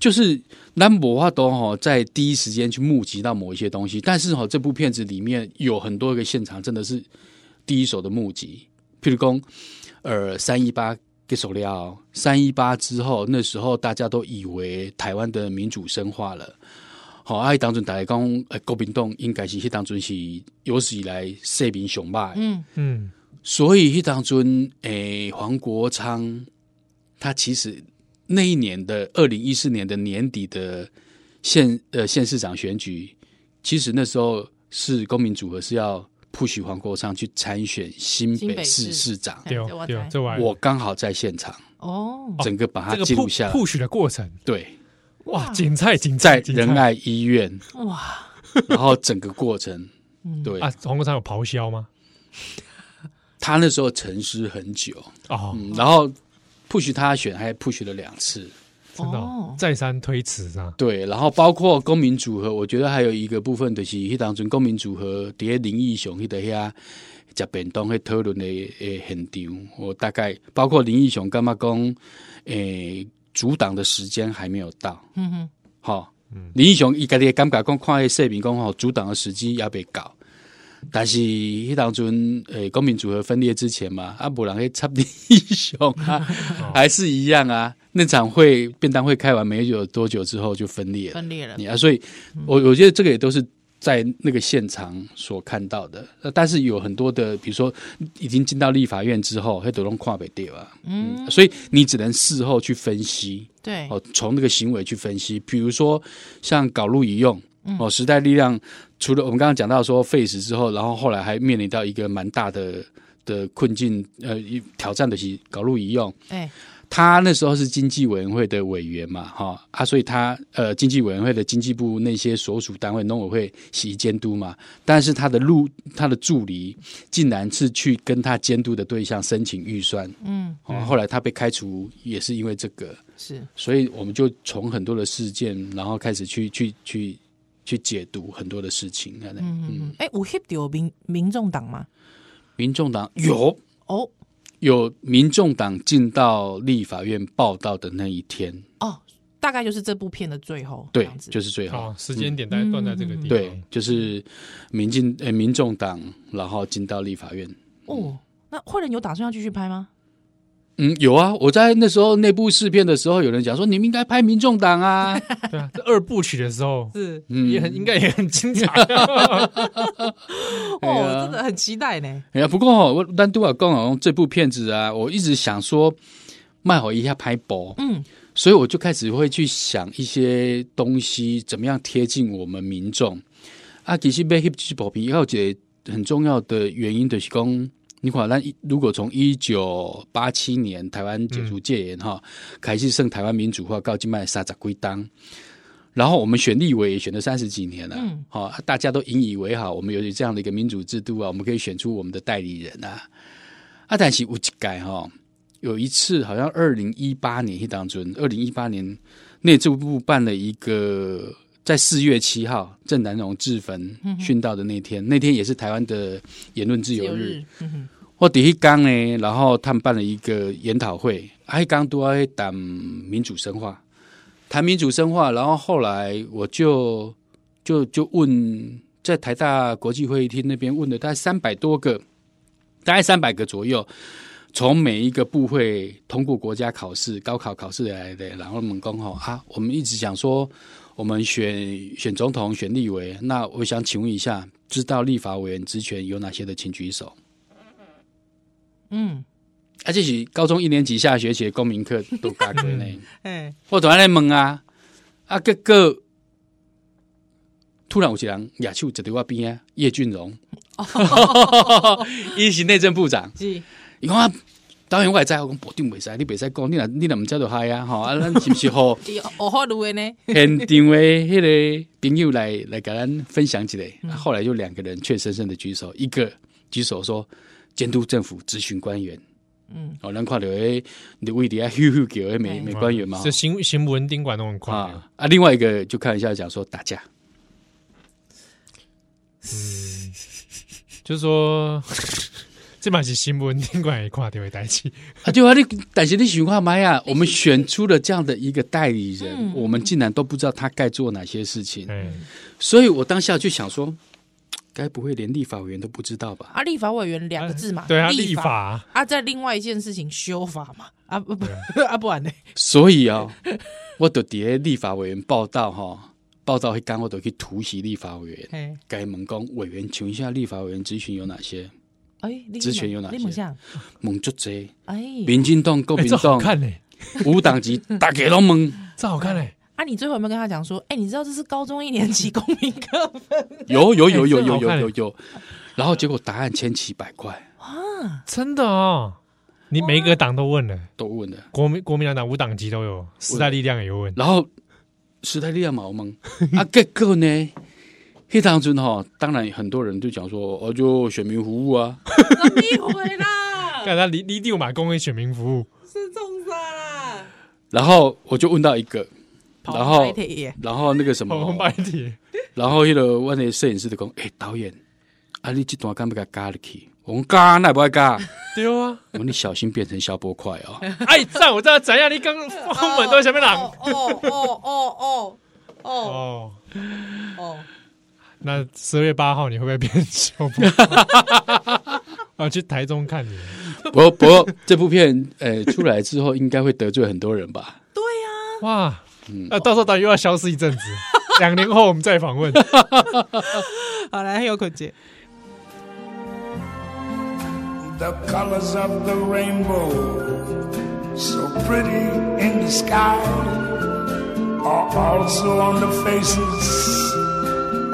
[SPEAKER 3] 就是兰博话都哈在第一时间去募集到某一些东西，但是哈这部片子里面有很多个现场真的是第一手的募集，譬如讲呃三一八给手料，三一八之后那时候大家都以为台湾的民主深化了。好，啊，那当阵大家讲，呃，国民党应该是迄当阵是有史以来世民上歹，
[SPEAKER 2] 嗯，
[SPEAKER 3] 所以迄当阵，诶、黄国昌他其实那一年的二零一四年的年底的县呃县市长选举，其实那时候是公民组合是要 push 黄国昌去参选新
[SPEAKER 4] 新
[SPEAKER 3] 北
[SPEAKER 4] 北市
[SPEAKER 3] 市市长，
[SPEAKER 4] 嘿
[SPEAKER 2] 对
[SPEAKER 4] 这我
[SPEAKER 2] 哦对哦，
[SPEAKER 4] 知
[SPEAKER 2] 这玩意儿
[SPEAKER 3] 我刚好在现场，
[SPEAKER 4] 哦，
[SPEAKER 3] 整个把
[SPEAKER 2] 这
[SPEAKER 3] 它
[SPEAKER 2] 个
[SPEAKER 3] 记
[SPEAKER 2] push
[SPEAKER 3] 录下来。
[SPEAKER 2] push 的过程，
[SPEAKER 3] 对，
[SPEAKER 2] 哇，精彩精
[SPEAKER 3] 在
[SPEAKER 2] 彩，精彩
[SPEAKER 3] 仁爱医院，
[SPEAKER 4] 哇，
[SPEAKER 3] 然后整个过程，对、
[SPEAKER 2] 啊，黄国昌有咆哮吗？
[SPEAKER 3] 他那时候沉思很久，
[SPEAKER 2] 哦，
[SPEAKER 3] 嗯，然后 push 他选，还 push 了两次。
[SPEAKER 2] 真的哦
[SPEAKER 4] 哦
[SPEAKER 2] 再三推辞啊，
[SPEAKER 3] 对，然后包括公民组合，我觉得还有一个部分就是迄当中公民组合伫咧林义雄迄个遐食便当迄讨论的诶现场，我大概包括林义雄干嘛讲诶阻挡的时间还没有到，
[SPEAKER 4] 嗯哼，
[SPEAKER 3] 吼、林义雄伊家己的感觉讲看迄视频讲吼阻挡的时机也未到。但是迄当阵，诶、公民组合分裂之前嘛，啊，无人去插林义雄啊，还是一样啊。那场会便当会开完没有多久之后就分裂了，
[SPEAKER 4] 分裂了，
[SPEAKER 3] 你啊，所以我我觉得这个也都是在那个现场所看到的。呃但是有很多的，比如说已经进到立法院之后，黑都龙跨北地啊，嗯，所以你只能事后去分析
[SPEAKER 4] 对，
[SPEAKER 3] 哦，从那个行为去分析。比如说像搞路一用哦，时代力量除了我们刚刚讲到说 face 之后，然后后来还面临到一个蛮大的。的困境，呃，一挑战的是搞路一用，
[SPEAKER 4] 哎，
[SPEAKER 3] 他那时候是经济委员会的委员嘛，哈、啊，所以他呃经济委员会的经济部那些所属单位农委会洗监督嘛，但是他的路他的助理竟然是去跟他监督的对象申请预算，
[SPEAKER 4] 嗯，
[SPEAKER 3] 哦，后来他被开除也是因为这个，
[SPEAKER 4] 是，
[SPEAKER 3] 所以我们就从很多的事件，然后开始去去去去解读很多的事情，这样的
[SPEAKER 4] 嗯嗯，哎，有 hit 到民民众党吗？
[SPEAKER 3] 民众党有
[SPEAKER 4] 哦
[SPEAKER 3] 有民众党进到立法院报道的那一天，
[SPEAKER 4] 哦，大概就是这部片的最后，这
[SPEAKER 3] 对啊嗯
[SPEAKER 4] 样，子
[SPEAKER 3] 就是最后。
[SPEAKER 2] 哦，时间点大概哦断在这个地方，
[SPEAKER 3] 对，就是民进呃民众党，然后进到立法院，
[SPEAKER 4] 哦，那慧仁有打算要继续拍吗？
[SPEAKER 3] 嗯，有啊，我在那时候内部试片的时候，有人讲说你们应该拍民众 党啊，
[SPEAKER 2] 对啊，这二部曲的时候
[SPEAKER 4] 是
[SPEAKER 3] 嗯，
[SPEAKER 2] 也很应该也很精 彩。
[SPEAKER 3] 哎呀
[SPEAKER 4] 哦，真的很期待呢。
[SPEAKER 3] 哎呀，不过、哦、我单独啊讲哦，这部片子啊，我一直想说卖好一下拍薄，
[SPEAKER 4] 嗯，
[SPEAKER 3] 所以我就开始会去想一些东西，怎么样贴近我们民众啊。其实被 hip 去保平，要解很重要的原因就是讲，你看，咱一如果从一九八七年台湾解除戒严哈、开始剩台湾民主化，到今麦三十几当。然后我们选立委也选了三十几年了，
[SPEAKER 4] 嗯
[SPEAKER 3] 好、啊大家都引以为豪。我们有这样的一个民主制度啊，我们可以选出我们的代理人啊。啊，但是有一改哈、有一次好像二零一八年一当中，二零一八年内政部办了一个在四月七号郑南榕自焚殉道的那天，那天也是台湾的言论嗯自由日。，
[SPEAKER 4] 嗯哼，
[SPEAKER 3] 我第一刚呢，然后他们办了一个研讨会，啊还刚都要谈民主深化，谈民主深化，然后后来我就就就问在台大国际会议厅那边问了大概三百多个，大概三百个左右，从每一个部会通过国家考试、高考考试来的，然后我们讲吼啊，我们一直讲说我们选选总统、选立委，那我想请问一下，知道立法委员职权有哪些的，请举手。
[SPEAKER 4] 嗯，
[SPEAKER 3] 啊，这是高中一年级下学期的公民课都加过呢。
[SPEAKER 4] 哎，
[SPEAKER 3] 我突然来问啊，啊，结果突然有一个人亚手坐在我边啊，叶俊荣， 伊是内政部长，
[SPEAKER 4] 是，
[SPEAKER 3] 伊讲啊，导演我也知，我讲部长袂使，你袂使讲，你若你若毋知就嗨啊，吼，啊，咱是毋是吼
[SPEAKER 4] 我好路的呢，
[SPEAKER 3] 现场的迄个朋友来来甲咱分享一下？啊后来就两个人怯生生的举手，一个举手说监督政府，咨询官员。
[SPEAKER 4] 嗯，
[SPEAKER 3] 哦，咱看到诶，你位底下咻咻叫诶美
[SPEAKER 4] 嗯
[SPEAKER 3] 美官员嘛，
[SPEAKER 2] 这新新闻宾馆都很快啊，
[SPEAKER 3] 啊啊，另外一个就看一下讲说打架，
[SPEAKER 2] 就是说 这嘛是新闻宾馆也看到会代 志，
[SPEAKER 3] 啊，对啊，你但是你想看麦啊，我们选出了这样的一个代理人，我们竟然都不知道他该做哪些事情，
[SPEAKER 2] 哎，
[SPEAKER 3] 所以我当下就想说，该不会连立法委员都不知道吧？
[SPEAKER 4] 啊，立法委员两个字嘛，
[SPEAKER 2] 对啊，
[SPEAKER 4] 立
[SPEAKER 2] 立法
[SPEAKER 4] 啊，在另外一件事情修法嘛，啊不不 啊不然呢，
[SPEAKER 3] 所以啊、 我都底下立法委员报道哈、报道会干我都去突袭立法委员，
[SPEAKER 4] 哎
[SPEAKER 3] 该门工委员，请问一下立法委员咨询有哪些？
[SPEAKER 4] 哎，你
[SPEAKER 3] 职权有哪些
[SPEAKER 4] 你猛像，
[SPEAKER 3] 猛就贼，
[SPEAKER 4] 哎，
[SPEAKER 3] 民进党、国
[SPEAKER 2] 哎
[SPEAKER 3] 民
[SPEAKER 2] 这好
[SPEAKER 3] 党、
[SPEAKER 2] 看嘞，
[SPEAKER 3] 无党籍，大家都 懵。
[SPEAKER 2] 这好看嘞，
[SPEAKER 4] 啊，你最后有没有跟他讲说，哎，你知道这是高中一年级公民课 吗
[SPEAKER 3] 有有有有
[SPEAKER 2] 哎这
[SPEAKER 3] 有
[SPEAKER 2] 好
[SPEAKER 3] 有
[SPEAKER 2] 看
[SPEAKER 3] 有有，然后结果答案千奇百怪，
[SPEAKER 2] 真的哦，你每一个党都问了，
[SPEAKER 3] 都问了。
[SPEAKER 2] 国民国民党党五党籍都有，时代力量也有问，
[SPEAKER 3] 然后时代力量毛懵啊， 结果呢？黑当中哈，当然很多人就讲说，哦，就选民服务啊，
[SPEAKER 4] 你回啦，
[SPEAKER 2] 看他离离地马公跟选民服务，
[SPEAKER 4] 是重杀啦，
[SPEAKER 3] 然后我就问到一个，
[SPEAKER 4] 跑
[SPEAKER 3] 然后
[SPEAKER 4] 白铁耶
[SPEAKER 3] 然后那 个什
[SPEAKER 2] 跑
[SPEAKER 3] 么
[SPEAKER 2] 红，白铁，
[SPEAKER 3] 然后那个我的摄影师就讲，哎、导演，啊，你这段敢不敢加入去？我讲加，那不爱加，
[SPEAKER 2] 对啊，
[SPEAKER 3] 我说你小心变成消波块哦。
[SPEAKER 2] 哎，赞我知道怎样，你刚封门都在下面朗
[SPEAKER 4] 哦哦哦哦哦哦
[SPEAKER 2] 哦。
[SPEAKER 4] 哦，
[SPEAKER 2] 那十二月八号你会不会变小布？ 啊，去台中看你，
[SPEAKER 3] 不过不过这部片，呃，出来之后应该会得罪很多人 吧？
[SPEAKER 4] 对呀，
[SPEAKER 2] 哇！
[SPEAKER 3] 嗯
[SPEAKER 2] 那、到时候导演又要消失一阵 子，两年后我们再访问。
[SPEAKER 4] 好来，有可姐，
[SPEAKER 5] The colors of the rainbow, so pretty in the sky, are also on the faces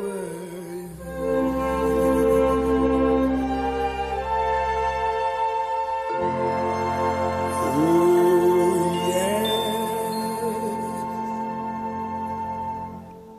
[SPEAKER 5] world. Oh, yeah.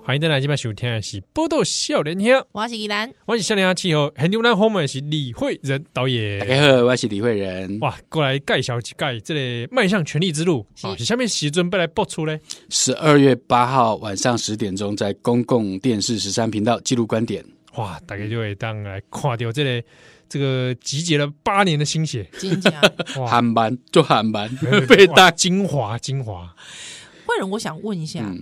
[SPEAKER 2] 欢迎大家今晚收听的是《波豆笑脸兄》，
[SPEAKER 4] 我是依兰，
[SPEAKER 2] 我是笑脸兄气候，很牛男 home 的是李慧仁导
[SPEAKER 3] 大
[SPEAKER 2] 演。
[SPEAKER 3] 家好，我是李慧仁。
[SPEAKER 2] 哇，过来盖小几盖，这里迈向权力之路
[SPEAKER 4] 是
[SPEAKER 2] 啊！是下面时准备来播出嘞，
[SPEAKER 3] 十二月八号晚上十点钟，在公共电视十三频道记录观点。
[SPEAKER 2] 哇，大概就会当来看掉这里、这个集结了八年的心 血，
[SPEAKER 4] 真正。
[SPEAKER 3] 嗯
[SPEAKER 2] 哇，
[SPEAKER 3] 韩版做韩版 被
[SPEAKER 2] 哇
[SPEAKER 3] 大
[SPEAKER 2] 精华精华，
[SPEAKER 4] 慧仁，我想问一下，
[SPEAKER 3] 嗯，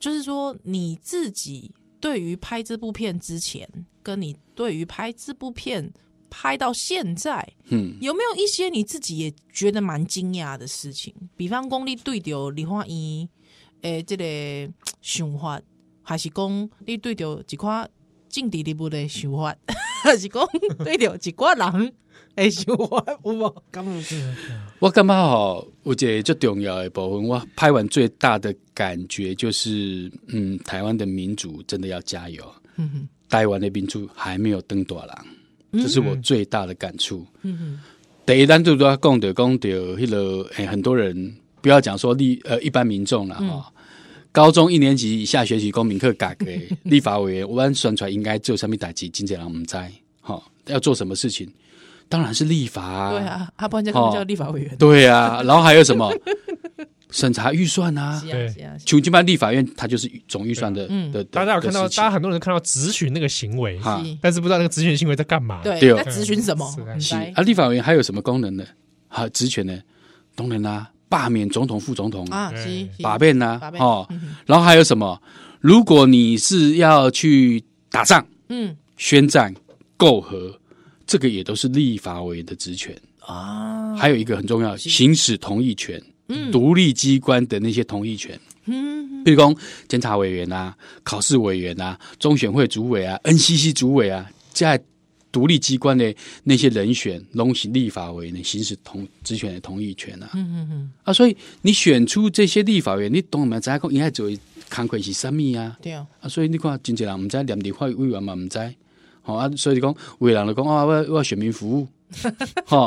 [SPEAKER 4] 就是说你自己对于拍这部片之前，跟你对于拍这部片拍到现在，
[SPEAKER 3] 嗯，
[SPEAKER 4] 有没有一些你自己也觉得蛮惊讶的事情？比方讲，你对着李焕英诶，这个想法，还是讲你对着一款政治人物的想法， 还是讲对着一寡人的想法，有无？
[SPEAKER 3] 嗯我感觉吼，有一个最重要的部分，我拍完最大的感觉就是，嗯，台湾的民主真的要加油。
[SPEAKER 4] 嗯哼
[SPEAKER 3] 台湾的民主还没有登大人，这是我最大的感触。
[SPEAKER 4] 嗯哼，
[SPEAKER 3] 第一，咱都要讲到讲到迄个，诶、很多人不要讲说立呃一般民众了哈。高中一年级下学期公民课改革，立法委员，我们宣传应该做什么代志，真正人唔知，哈、要做什么事情，当然是立法、啊
[SPEAKER 4] 对，啊，啊，不然这个叫立法委员。
[SPEAKER 3] 对啊，然后还有什么 审查预算啊
[SPEAKER 4] 是，
[SPEAKER 2] 对
[SPEAKER 4] 啊是啊，是啊
[SPEAKER 3] 求经办立法院它就是总预算的、
[SPEAKER 4] 嗯
[SPEAKER 3] 的，的
[SPEAKER 2] 大家有看到，
[SPEAKER 3] 的事情
[SPEAKER 2] 大家很多人看到咨询那个行为，
[SPEAKER 3] 哈
[SPEAKER 4] 啊是
[SPEAKER 2] 但是不知道那个咨询行为在干嘛。
[SPEAKER 3] 对
[SPEAKER 4] 对，
[SPEAKER 3] 哦
[SPEAKER 4] 在咨询什么
[SPEAKER 2] 是啊？
[SPEAKER 4] 嗯
[SPEAKER 3] 是
[SPEAKER 4] 来
[SPEAKER 3] 啊，立法委员还有什么功能呢？啊，职权呢？当然啦、罢免总统、副总统啊，
[SPEAKER 4] 啊，是是
[SPEAKER 3] 罢免呐、
[SPEAKER 4] 罢免嗯
[SPEAKER 3] 哦，然后还有什么？如果你是要去打仗、
[SPEAKER 4] 嗯
[SPEAKER 3] 宣战、媾和，这个也都是立法委员的职权。
[SPEAKER 4] 啊，
[SPEAKER 3] 还有一个很重要，行使同意权，独立机关的那些同意权，
[SPEAKER 4] 嗯，
[SPEAKER 3] 比如说监察委员啊、考试委员啊、中选会主委啊、NCC 主委啊，在独立机关的那些人选，拢是立法委员的行使同职权的同意权啊。嗯嗯嗯。啊，所以你选出这些立法委员，你懂没？知影讲应该做的工课是啥物啊？
[SPEAKER 4] 对啊，
[SPEAKER 3] 啊，所以你看，真侪人毋知，连立法委员嘛毋知，吼、啊，所以讲，有的人就讲啊，我我要选民服务， 吼、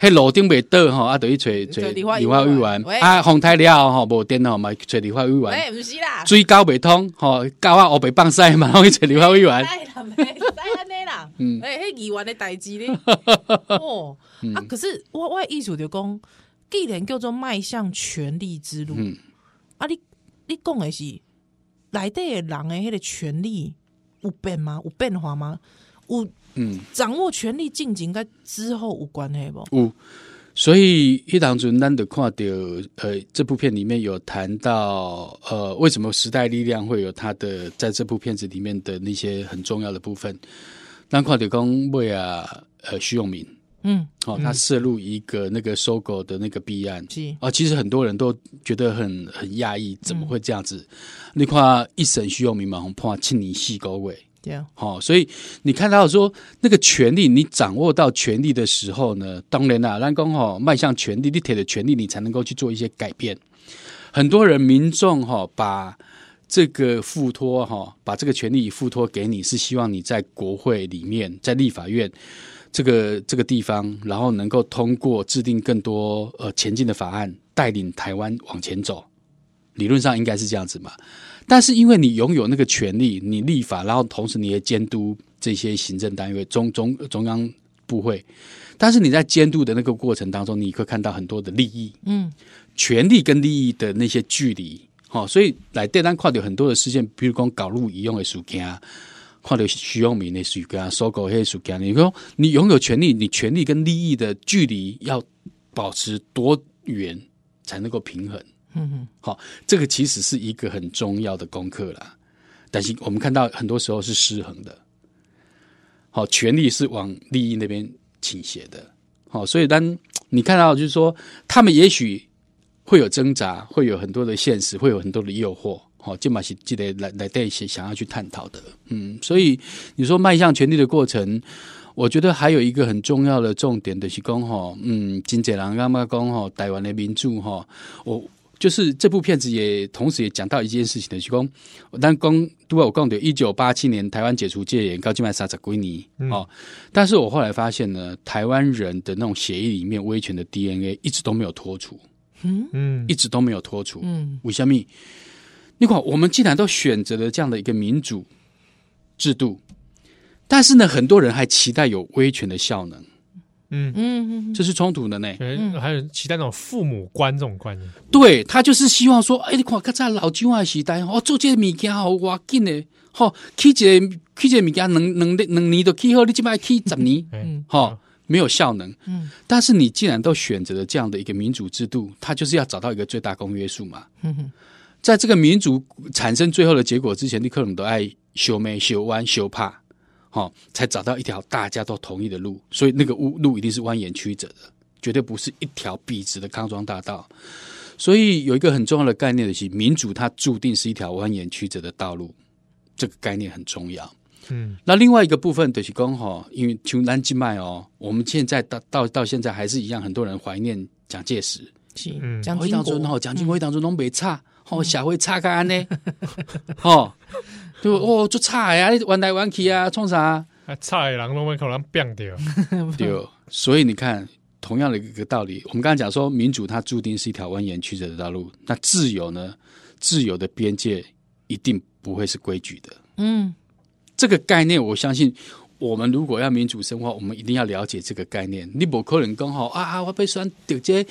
[SPEAKER 3] 迄路顶袂倒吼，啊，就去找找
[SPEAKER 4] 找立法委员
[SPEAKER 3] 委
[SPEAKER 4] 喂
[SPEAKER 3] 员，啊，风台了吼，无电脑嘛，找立法委员，
[SPEAKER 4] 喂，不是啦，
[SPEAKER 3] 水沟袂通，吼、沟啊乌白放屎嘛，拢去找立法委员，
[SPEAKER 4] 哎啦，没哎安尼啦，
[SPEAKER 3] 嗯
[SPEAKER 4] 哎，迄议员的代志 咧，哦，啊，可是我我的意思就讲，既然叫做迈向权力之路
[SPEAKER 3] 嗯，
[SPEAKER 4] 啊，你你讲的是内底的人的迄个权利有变吗？有变化吗？有
[SPEAKER 3] 嗯，
[SPEAKER 4] 掌握权力进前跟之后有关系不？
[SPEAKER 3] 有。所以迄当阵咱就看到，呃，这部片里面有谈到，呃，为什么时代力量会有它的在这部片子里面的那些很重要的部分。咱看到讲为啊，呃，徐永明，
[SPEAKER 4] 嗯，
[SPEAKER 3] 哦，他涉入一个那个收购的那个弊案，
[SPEAKER 4] 是
[SPEAKER 3] 啊、其实很多人都觉得很很讶异，怎么会这样子？你看一审徐永明嘛，红判庆你细狗尾，
[SPEAKER 4] 对啊，
[SPEAKER 3] 好、所以你看到说那个权利，你掌握到权利的时候呢，当然啦、咱讲吼迈向权利，你铁的权利，你才能够去做一些改变。很多人民众哈、把这个附托哈、把这个权利附托给你，是希望你在国会里面，在立法院这个这个地方，然后能够通过制定更多呃前进的法案，带领台湾往前走。理论上应该是这样子嘛，但是因为你拥有那个权利，你立法，然后同时你也监督这些行政单位、中中中央部会，但是你在监督的那个过程当中，你会看到很多的利益，
[SPEAKER 4] 嗯，
[SPEAKER 3] 权利跟利益的那些距离，好、所以来电单看到很多的事件，比如讲搞路一用的事件，看到徐永明的事件、收购黑事件，你说你拥有权利，你权利跟利益的距离要保持多远才能够平衡？
[SPEAKER 4] 嗯哼，
[SPEAKER 3] 好、这个其实是一个很重要的功课啦。但是我们看到很多时候是失衡的，好、权力是往利益那边倾斜的，好、所以当你看到就是说，他们也许会有挣扎，会有很多的现实，会有很多的诱惑，好、这嘛是记得来来带一些想要去探讨的，嗯，所以你说迈向权力的过程。我觉得还有一个很重要的重点就是讲吼，嗯，真侪人感觉讲吼，台湾的民主吼，我就是这部片子也同时也讲到一件事情的，就讲，但刚对我讲的，一九八七年台湾解除戒严，高金麦萨扎归尼
[SPEAKER 4] 嗯
[SPEAKER 3] 哦。但是我后来发现呢，台湾人的那种协议里面威权的 DNA 一直都没有脱除，
[SPEAKER 2] 嗯
[SPEAKER 3] 一直都没有脱除。
[SPEAKER 4] 嗯，
[SPEAKER 3] 为什么？你看，我们既然都选择了这样的一个民主制度，但是呢，很多人还期待有威权的效能，
[SPEAKER 2] 嗯，
[SPEAKER 4] 嗯，嗯
[SPEAKER 3] 这是冲突的呢。
[SPEAKER 2] 可能还有人期待那种父母官这种观念，
[SPEAKER 3] 对他就是希望说，哎、你看，较早老旧的时代，哦，做这个物件好哇紧的，吼、起一个起一个物件，两两两年都起好，你即摆起十年，
[SPEAKER 2] 嗯
[SPEAKER 3] 吼、没有效能。
[SPEAKER 4] 嗯，
[SPEAKER 3] 但是你既然都选择了这样的一个民主制度，它就是要找到一个最大公约数嘛。
[SPEAKER 4] 嗯哼
[SPEAKER 3] 在这个民主产生最后的结果之前，你可能都爱修眉、修弯、修怕，好、才找到一条大家都同意的路。所以那个路路一定是蜿蜒曲折的，绝对不是一条笔直的康庄大道。所以有一个很重要的概念的是，民主它注定是一条蜿蜒曲折的道路，这个概念很重要。
[SPEAKER 2] 嗯，
[SPEAKER 3] 那另外一个部分就是讲哈，因为从南京脉哦，我们现在到到到现在还是一样，很多人怀念蒋介石。
[SPEAKER 4] 是
[SPEAKER 2] 嗯
[SPEAKER 4] 蒋
[SPEAKER 3] 我
[SPEAKER 4] 经
[SPEAKER 3] 当中
[SPEAKER 4] 国，
[SPEAKER 3] 吼，蒋经国嗯当中拢袂差，吼社会差个安尼， 吼，对不哦，足差呀，你玩来玩去啊，创啥？
[SPEAKER 2] 啊，差人拢会可能变掉，
[SPEAKER 3] 对，所以你看，同样的一个道理，我们刚才讲说，民主它注定是一条蜿蜒曲折的道路，那自由呢？自由的边界一定不会是规矩的。
[SPEAKER 4] 嗯
[SPEAKER 3] 这个概念，我相信我们如果要民主生活，我们一定要了解这个概念。你不可能刚好啊，我被选直接，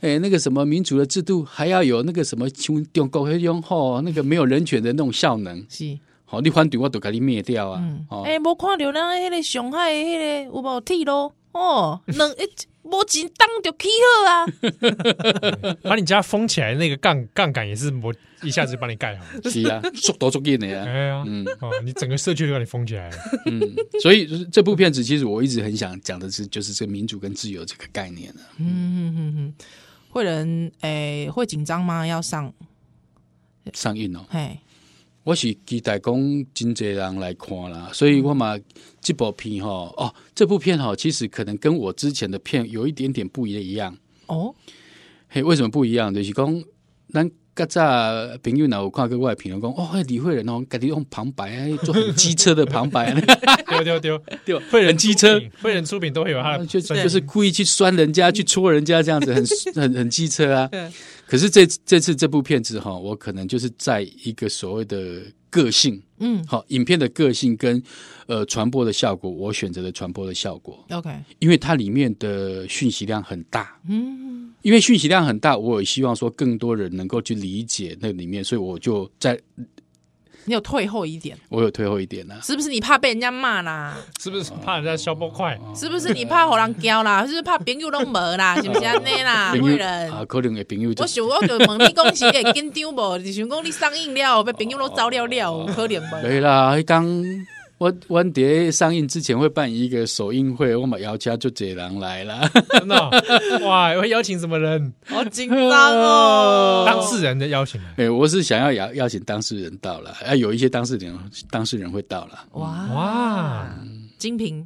[SPEAKER 3] 诶，哎那个什么民主的制度，还要有那个什么像中国那种吼，那个没有人权的那种效能，
[SPEAKER 4] 是，
[SPEAKER 3] 好、你反对我都给你灭掉啊！
[SPEAKER 4] 嗯，
[SPEAKER 3] 哦，
[SPEAKER 4] 哎，无看着咱迄个上海迄个有无铁路？ 哦，两一无钱当就起好啊，
[SPEAKER 2] 把啊你家封起来那个杠杠杆也是我一下子就帮你盖好，
[SPEAKER 3] 是 啊，速度足紧的呀、啊。
[SPEAKER 2] 哎呀，
[SPEAKER 3] 嗯
[SPEAKER 2] 哦，你整个社区都把你封起来了，
[SPEAKER 3] 嗯，所以就是这部片子其实我一直很想讲的是，就是这民主跟自由这个概念啊。
[SPEAKER 4] 嗯嗯嗯嗯， 会人诶会紧张吗？要上，
[SPEAKER 3] 上映哦，
[SPEAKER 4] 嘿，
[SPEAKER 3] 我是期待讲真侪人来看啦，所以我
[SPEAKER 2] 嗯
[SPEAKER 3] 嘛这部片吼，哦，这部片吼，其实可能跟我之前的片有一点点不一样。
[SPEAKER 4] 哦，
[SPEAKER 3] 嘿，为什么不一样？就是讲咱。较早朋友若有看过我的评论讲，哦，迄李慧仁哦，家己用旁白啊，做很机车的旁白，
[SPEAKER 2] 丢丢丢，
[SPEAKER 3] 对，
[SPEAKER 2] 会人
[SPEAKER 3] 很机车
[SPEAKER 2] 出，品，会人出品都会有他的
[SPEAKER 3] 就
[SPEAKER 2] 声音，
[SPEAKER 3] 就是故意去酸人家、去戳人家这样子， 很很很机车啊
[SPEAKER 4] 对。
[SPEAKER 3] 可是这这次这部片子哈，我可能就是在一个所谓的个性，
[SPEAKER 4] 嗯
[SPEAKER 3] 好，影片的个性跟呃传播的效果，我选择了传播的效果，
[SPEAKER 4] ，OK，
[SPEAKER 3] 因为它里面的讯息量很大，
[SPEAKER 4] 嗯，
[SPEAKER 3] 因为讯息量很大，我也希望说更多人能够去理解那里面，所以我就在
[SPEAKER 4] 你有退后一点，
[SPEAKER 3] 我有退后一点啊呢、
[SPEAKER 4] 是不是你怕被人家骂啦？
[SPEAKER 2] 是不是怕人家消波快？
[SPEAKER 3] 哦
[SPEAKER 4] 是不是你怕互人交 啦？是不是怕朋友拢无啦？是不是安尼啦？贵
[SPEAKER 3] 啊，
[SPEAKER 4] 人，
[SPEAKER 3] 可能会朋友就
[SPEAKER 4] 我想我就问你讲是会紧张无？你想讲你上映了，被朋友拢走了了，有可能 无？
[SPEAKER 3] 对啦，迄刚我我碟上映之前会办一个首映会，我嘛邀请就这人来啦。
[SPEAKER 2] 真的哦、哇，会邀请什么人？
[SPEAKER 4] 好紧张哦，
[SPEAKER 2] 当事人的邀请啊来，
[SPEAKER 3] 哎、我是想要邀邀请当事人到啦，啊，有一些当事人当事人会到啦。
[SPEAKER 4] 哇
[SPEAKER 2] 哇，
[SPEAKER 4] 金平、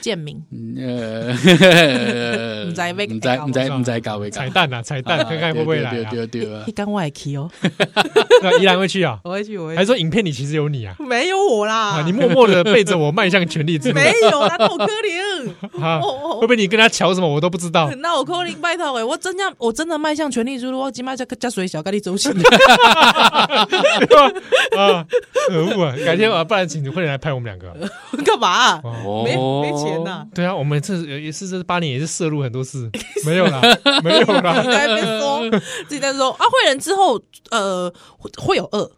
[SPEAKER 4] 建明，
[SPEAKER 3] 嗯 呃，
[SPEAKER 4] 不知道要
[SPEAKER 3] 唔知唔
[SPEAKER 4] 搞
[SPEAKER 3] 知唔知唔知搞未搞
[SPEAKER 2] 彩？蛋啊，彩蛋，看看会不会来
[SPEAKER 3] 对
[SPEAKER 2] 啊？
[SPEAKER 3] 对对对啊
[SPEAKER 4] 一！干我也去哦，
[SPEAKER 2] 那依然会去啊？
[SPEAKER 4] 我
[SPEAKER 3] 哦
[SPEAKER 4] 会去，我
[SPEAKER 2] 还是说影片里其实有你啊？
[SPEAKER 4] 没有我
[SPEAKER 2] 啊，
[SPEAKER 4] 啦
[SPEAKER 2] 你默默的背着我迈向权力之路，
[SPEAKER 4] 没有啦，那我可能。
[SPEAKER 2] 啊，
[SPEAKER 4] 我我
[SPEAKER 2] 会不会你跟他瞧什么我都不知道？
[SPEAKER 4] 那我可能拜托诶，我真正我真的迈向权力之路，我今麦才加水小跟你走起。
[SPEAKER 2] 啊，可恶啊！改天啊，不然请你快点来拍我们两个。
[SPEAKER 4] 干嘛？
[SPEAKER 2] 哦，
[SPEAKER 3] 哦
[SPEAKER 4] 没没钱呐、
[SPEAKER 2] 对啊，我们这也是这八年也是摄入很多次，没 有啦，没有
[SPEAKER 4] 自己
[SPEAKER 2] 啦，
[SPEAKER 4] 在那边说， 自己在说啊，会人之后，呃，会会有二，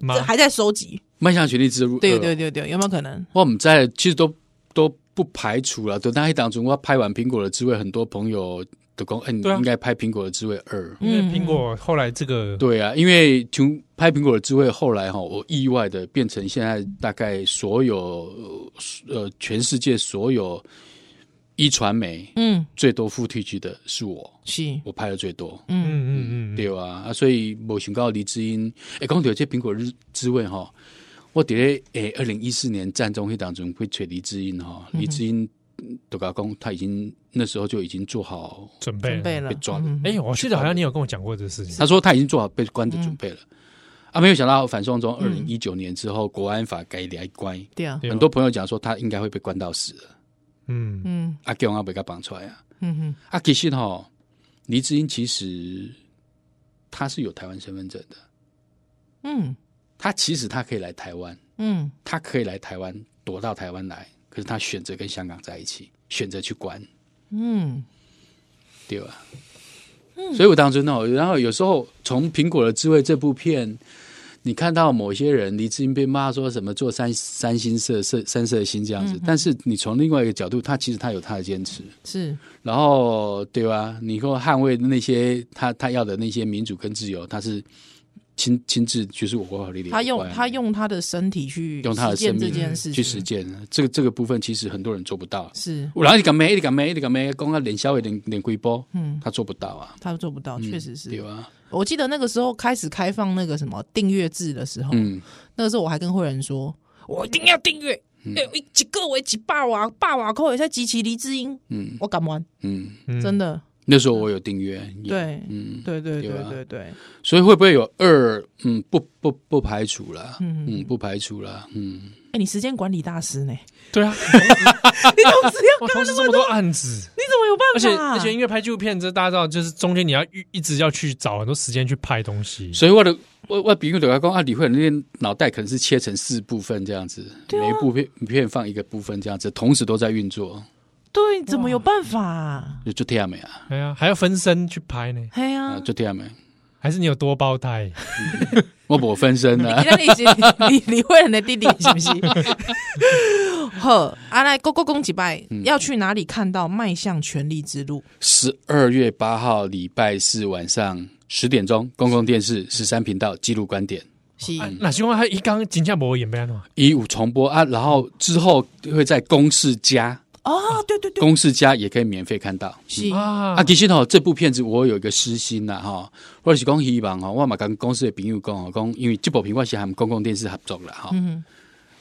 [SPEAKER 2] 妈
[SPEAKER 4] 这还在收集。
[SPEAKER 3] 迈向权力之路。呃
[SPEAKER 4] 对对，对对，有没有可能？
[SPEAKER 3] 我们在其实都都不排除了。等那一档中，我拍完《苹果的滋味》，很多朋友都讲，哎、你
[SPEAKER 2] 对啊
[SPEAKER 3] 应该拍《苹果的滋味二》。
[SPEAKER 2] 因为苹果后来这个
[SPEAKER 3] 对啊，因为从拍《苹果的智慧》后来哈，我意外的变成现在大概所有呃全世界所有一传媒
[SPEAKER 4] 嗯，
[SPEAKER 3] 最多负 T 去的是我，
[SPEAKER 4] 是，
[SPEAKER 3] 我拍的最多。
[SPEAKER 2] 嗯嗯嗯嗯，
[SPEAKER 3] 对啊，啊，所以我想到黎智英，哎，讲到这苹果日之味哈，我伫咧诶二零一四年战中迄当中会找黎智英哈，黎智英都甲讲他已经那时候就已经做好
[SPEAKER 2] 准备
[SPEAKER 4] 准备了
[SPEAKER 3] 被抓的
[SPEAKER 4] 嗯
[SPEAKER 2] 哎、我记得好像你有跟我讲过这个事情。
[SPEAKER 3] 他说他已经做好被关的准备了。啊，没有想到反送中二零一九年之后，国安法改来关，
[SPEAKER 4] 对啊，
[SPEAKER 2] 对
[SPEAKER 3] 很多朋友讲说他应该会被关到死了，
[SPEAKER 2] 嗯，
[SPEAKER 4] 嗯
[SPEAKER 3] 啊，叫阿被他绑出来啊。
[SPEAKER 4] 嗯嗯
[SPEAKER 3] 啊，其实哈，黎智英其实他是有台湾身份证的，
[SPEAKER 4] 嗯
[SPEAKER 3] 他其实他可以来台湾，
[SPEAKER 4] 嗯
[SPEAKER 3] 他可以来台湾躲到台湾来，可是他选择跟香港在一起，选择去关，
[SPEAKER 4] 嗯
[SPEAKER 3] 对吧？所以我当时呢，然后有时候从《苹果的智慧》这部片，你看到某些人黎智英被骂说什么做三三星色色三色星这样
[SPEAKER 4] 嗯
[SPEAKER 3] 子，但是你从另外一个角度，他其实他有他的坚持，
[SPEAKER 4] 是
[SPEAKER 3] 然后对吧？你说捍卫那些他他要的那些民主跟自由，他是亲亲自就是我国法律里
[SPEAKER 4] 他用
[SPEAKER 3] 关
[SPEAKER 4] 他用他的身体去
[SPEAKER 3] 用他的
[SPEAKER 4] 实践
[SPEAKER 3] 生
[SPEAKER 4] 这
[SPEAKER 3] 命
[SPEAKER 4] 件事
[SPEAKER 3] 去
[SPEAKER 4] 情，
[SPEAKER 3] 实践，这个这个部分其实很多人做不到。
[SPEAKER 4] 是
[SPEAKER 3] 然后你敢咩？你敢咩？你敢咩？光他脸消也脸脸龟波，
[SPEAKER 4] 嗯，
[SPEAKER 3] 他做不到啊，
[SPEAKER 4] 他做不到，确实
[SPEAKER 3] 对啊
[SPEAKER 4] 是。
[SPEAKER 3] 吧？
[SPEAKER 4] 我记得那个时候开始开放那个什么订阅制的时候，
[SPEAKER 3] 嗯，
[SPEAKER 4] 那个时候我还跟会员说，我一定要订阅，
[SPEAKER 3] 嗯
[SPEAKER 4] 哎、一一个为一百瓦百瓦块，才集齐黎智英，
[SPEAKER 3] 嗯
[SPEAKER 4] 我敢玩，
[SPEAKER 3] 嗯，
[SPEAKER 2] 嗯
[SPEAKER 4] 真的，
[SPEAKER 3] 那时候我有订阅，
[SPEAKER 4] 对
[SPEAKER 3] 嗯，
[SPEAKER 4] 对对
[SPEAKER 3] 有
[SPEAKER 4] 对
[SPEAKER 3] 啊
[SPEAKER 4] 对对，
[SPEAKER 3] 所以会不会有二？嗯，不不不排除啦，
[SPEAKER 4] 嗯
[SPEAKER 3] 嗯，不排除啦，嗯，
[SPEAKER 4] 哎、你时间管理大 师呢？
[SPEAKER 2] 对啊，
[SPEAKER 4] 你同时要
[SPEAKER 2] 我
[SPEAKER 4] 干
[SPEAKER 2] 同
[SPEAKER 4] 那
[SPEAKER 2] 时
[SPEAKER 4] 么
[SPEAKER 2] 这么
[SPEAKER 4] 多，
[SPEAKER 2] 多案子，
[SPEAKER 4] 你怎么有办法？
[SPEAKER 2] 而且而且因为拍纪录片，这大家知道，就是中间你要一一直要去找很多时间去拍东西。
[SPEAKER 3] 所以我的我我比喻对他讲啊，李慧那些脑袋可能是切成四部分这样子，每一部片片放一个部分这样子，同时都在运作，
[SPEAKER 4] 对，怎么有办法、啊？
[SPEAKER 3] 就就这样没啊，
[SPEAKER 2] 哎呀，还要分身去拍呢，
[SPEAKER 4] 哎呀、
[SPEAKER 3] 啊，就这样没。
[SPEAKER 2] 还是你有多胞胎？
[SPEAKER 4] 嗯
[SPEAKER 3] 我不分身啊了、
[SPEAKER 4] 那你是你你会人的弟弟是不是？呵，啊来，公公公几拜，要去哪里看到迈向权力之路？
[SPEAKER 3] 十二月八号礼拜四晚上十点钟，公共电视十三频道记录观点，
[SPEAKER 4] 是
[SPEAKER 2] 那希望他一刚金价博演变了，
[SPEAKER 3] 一五重播啊，然后之后会在公视家，
[SPEAKER 4] 哦，对对对，嗯
[SPEAKER 3] 公视家也可以免费看到。
[SPEAKER 4] 是
[SPEAKER 2] 啊
[SPEAKER 3] 啊，其实吼，这部片子我有一个私心啦，吼，我是讲希望吼，我嘛跟公司的朋友讲吼，讲因为这部片我是和公共电视合作啦，吼，
[SPEAKER 4] 嗯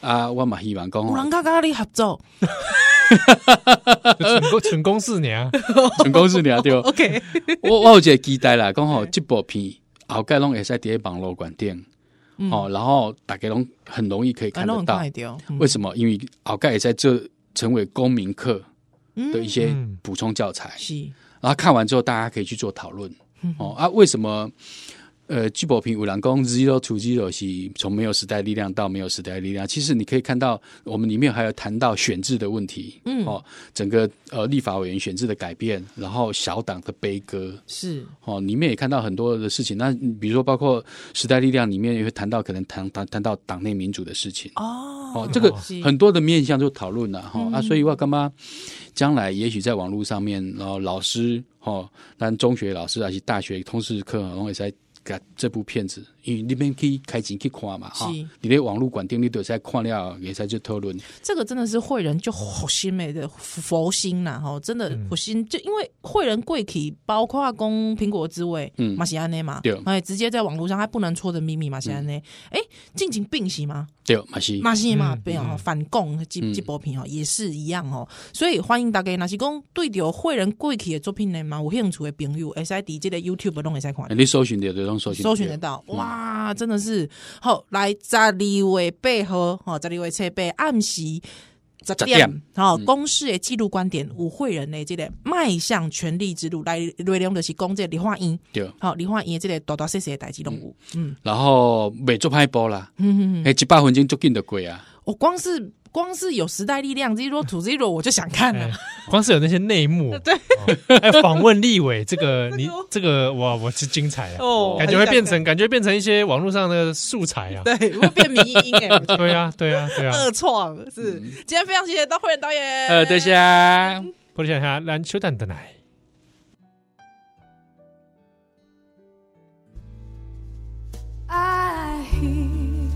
[SPEAKER 3] 啊，我嘛希望讲
[SPEAKER 4] 有人
[SPEAKER 3] 吼，
[SPEAKER 4] 甲甲你合作
[SPEAKER 2] 成功成功四年啊，
[SPEAKER 3] 全公 司聊对吧，
[SPEAKER 4] ，OK，
[SPEAKER 3] 我我有一个期待啦，讲吼，这部片后盖拢会使伫咧网络观点，哦，然后大家拢很容易可以
[SPEAKER 4] 啊，
[SPEAKER 3] 看
[SPEAKER 4] 拢嗯
[SPEAKER 3] 得
[SPEAKER 4] 很
[SPEAKER 3] 到
[SPEAKER 4] 快。掉，嗯
[SPEAKER 3] 为什么？因为鳌盖也在这成为公民课的一些
[SPEAKER 2] 嗯
[SPEAKER 3] 补充教材，
[SPEAKER 4] 是
[SPEAKER 3] 然后看完之后大家可以去做讨论。哦啊，为什么？呃，巨宝平五郎公 zero to zero 是从没有时代力量到没有时代力量。其实你可以看到，我们里面还有谈到选制的问题，嗯，哦，整个呃立法委员选制的改变，然后小党的悲歌，
[SPEAKER 4] 是，
[SPEAKER 3] 哦，里面也看到很多的事情。那比如说，包括时代力量里面也会谈到，可能谈谈谈到党内民主的事情。
[SPEAKER 4] 哦
[SPEAKER 3] 哦，这个
[SPEAKER 4] 是
[SPEAKER 3] 很多的面向就讨论了哈、啊，所以我干嘛将来也许在网络上面，然后老师哦，咱中学老师还是大学通识课，然后也在给这部片子，因为你们可以开钱去看嘛哈、
[SPEAKER 4] 是
[SPEAKER 3] 你的网络管定你都在看了，也在去讨论。
[SPEAKER 4] 这个真的是会人就好心美的佛心啦，吼，真的佛心，就因为会人贵体，包括供苹果之味，
[SPEAKER 3] 嗯
[SPEAKER 4] 马西安内嘛
[SPEAKER 3] 对，
[SPEAKER 4] 哎，直接在网络上还不能戳的秘密，马西安内，哎，进行并行吗？
[SPEAKER 3] 对，马西，
[SPEAKER 4] 马西嘛
[SPEAKER 2] 嗯，
[SPEAKER 4] 对哦，反共这
[SPEAKER 3] 嗯
[SPEAKER 4] 这波片哦，也是一样哦，所以欢迎大家，若是讲对着会人贵体的作品呢嘛，有兴趣的朋友，会使伫这个 YouTube 拢会使看。
[SPEAKER 3] 你搜寻的都能搜寻到，
[SPEAKER 4] 搜寻得到，哇，真的是好来十二月八号，吼，十二月七八暗时十
[SPEAKER 3] 10点
[SPEAKER 4] 点，吼，公示的记录观点，有会人的这个迈向权力之路，来内容就是讲这个李焕英，
[SPEAKER 3] 对。
[SPEAKER 4] 吼，李焕英的这个大大细细的代志拢有，嗯，
[SPEAKER 3] 然后未做拍波啦，嗯嗯，哎，一百分钟足紧就过啊。
[SPEAKER 4] 我哦光是光是有时代力量 zero to zero 我就想看
[SPEAKER 2] 哎
[SPEAKER 4] 了，
[SPEAKER 2] 光是有那些内幕，对，还有访问立委，这个你这个哇，我是精彩啊，
[SPEAKER 4] 哦
[SPEAKER 2] 感觉会变成感觉变成一些网络上的素材啊，
[SPEAKER 4] 对，呃会变迷音 哎，我觉得
[SPEAKER 2] 对啊，对啊， 对啊，
[SPEAKER 4] 二创是，今天非常谢谢到会人导演，
[SPEAKER 3] 嗯呃，对下。
[SPEAKER 2] 不想下咱小等等来。
[SPEAKER 6] I hear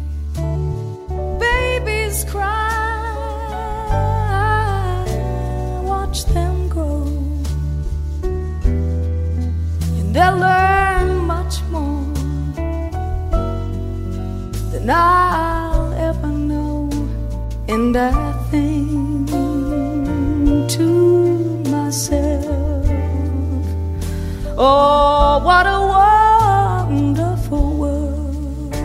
[SPEAKER 6] babies cry. I watch them grow, and they'll learn much more than I'll ever know. And I think to myself. Oh, what a wonderful world.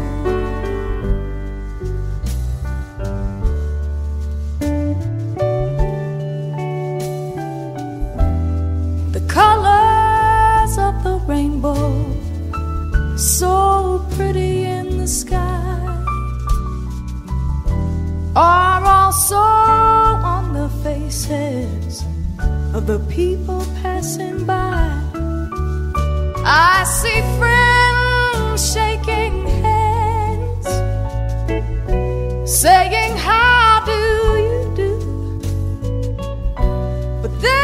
[SPEAKER 6] The colors of the rainbow, so pretty in the sky, are also on the faces of the people passing by. I see friends shaking hands, saying, How do you do? But they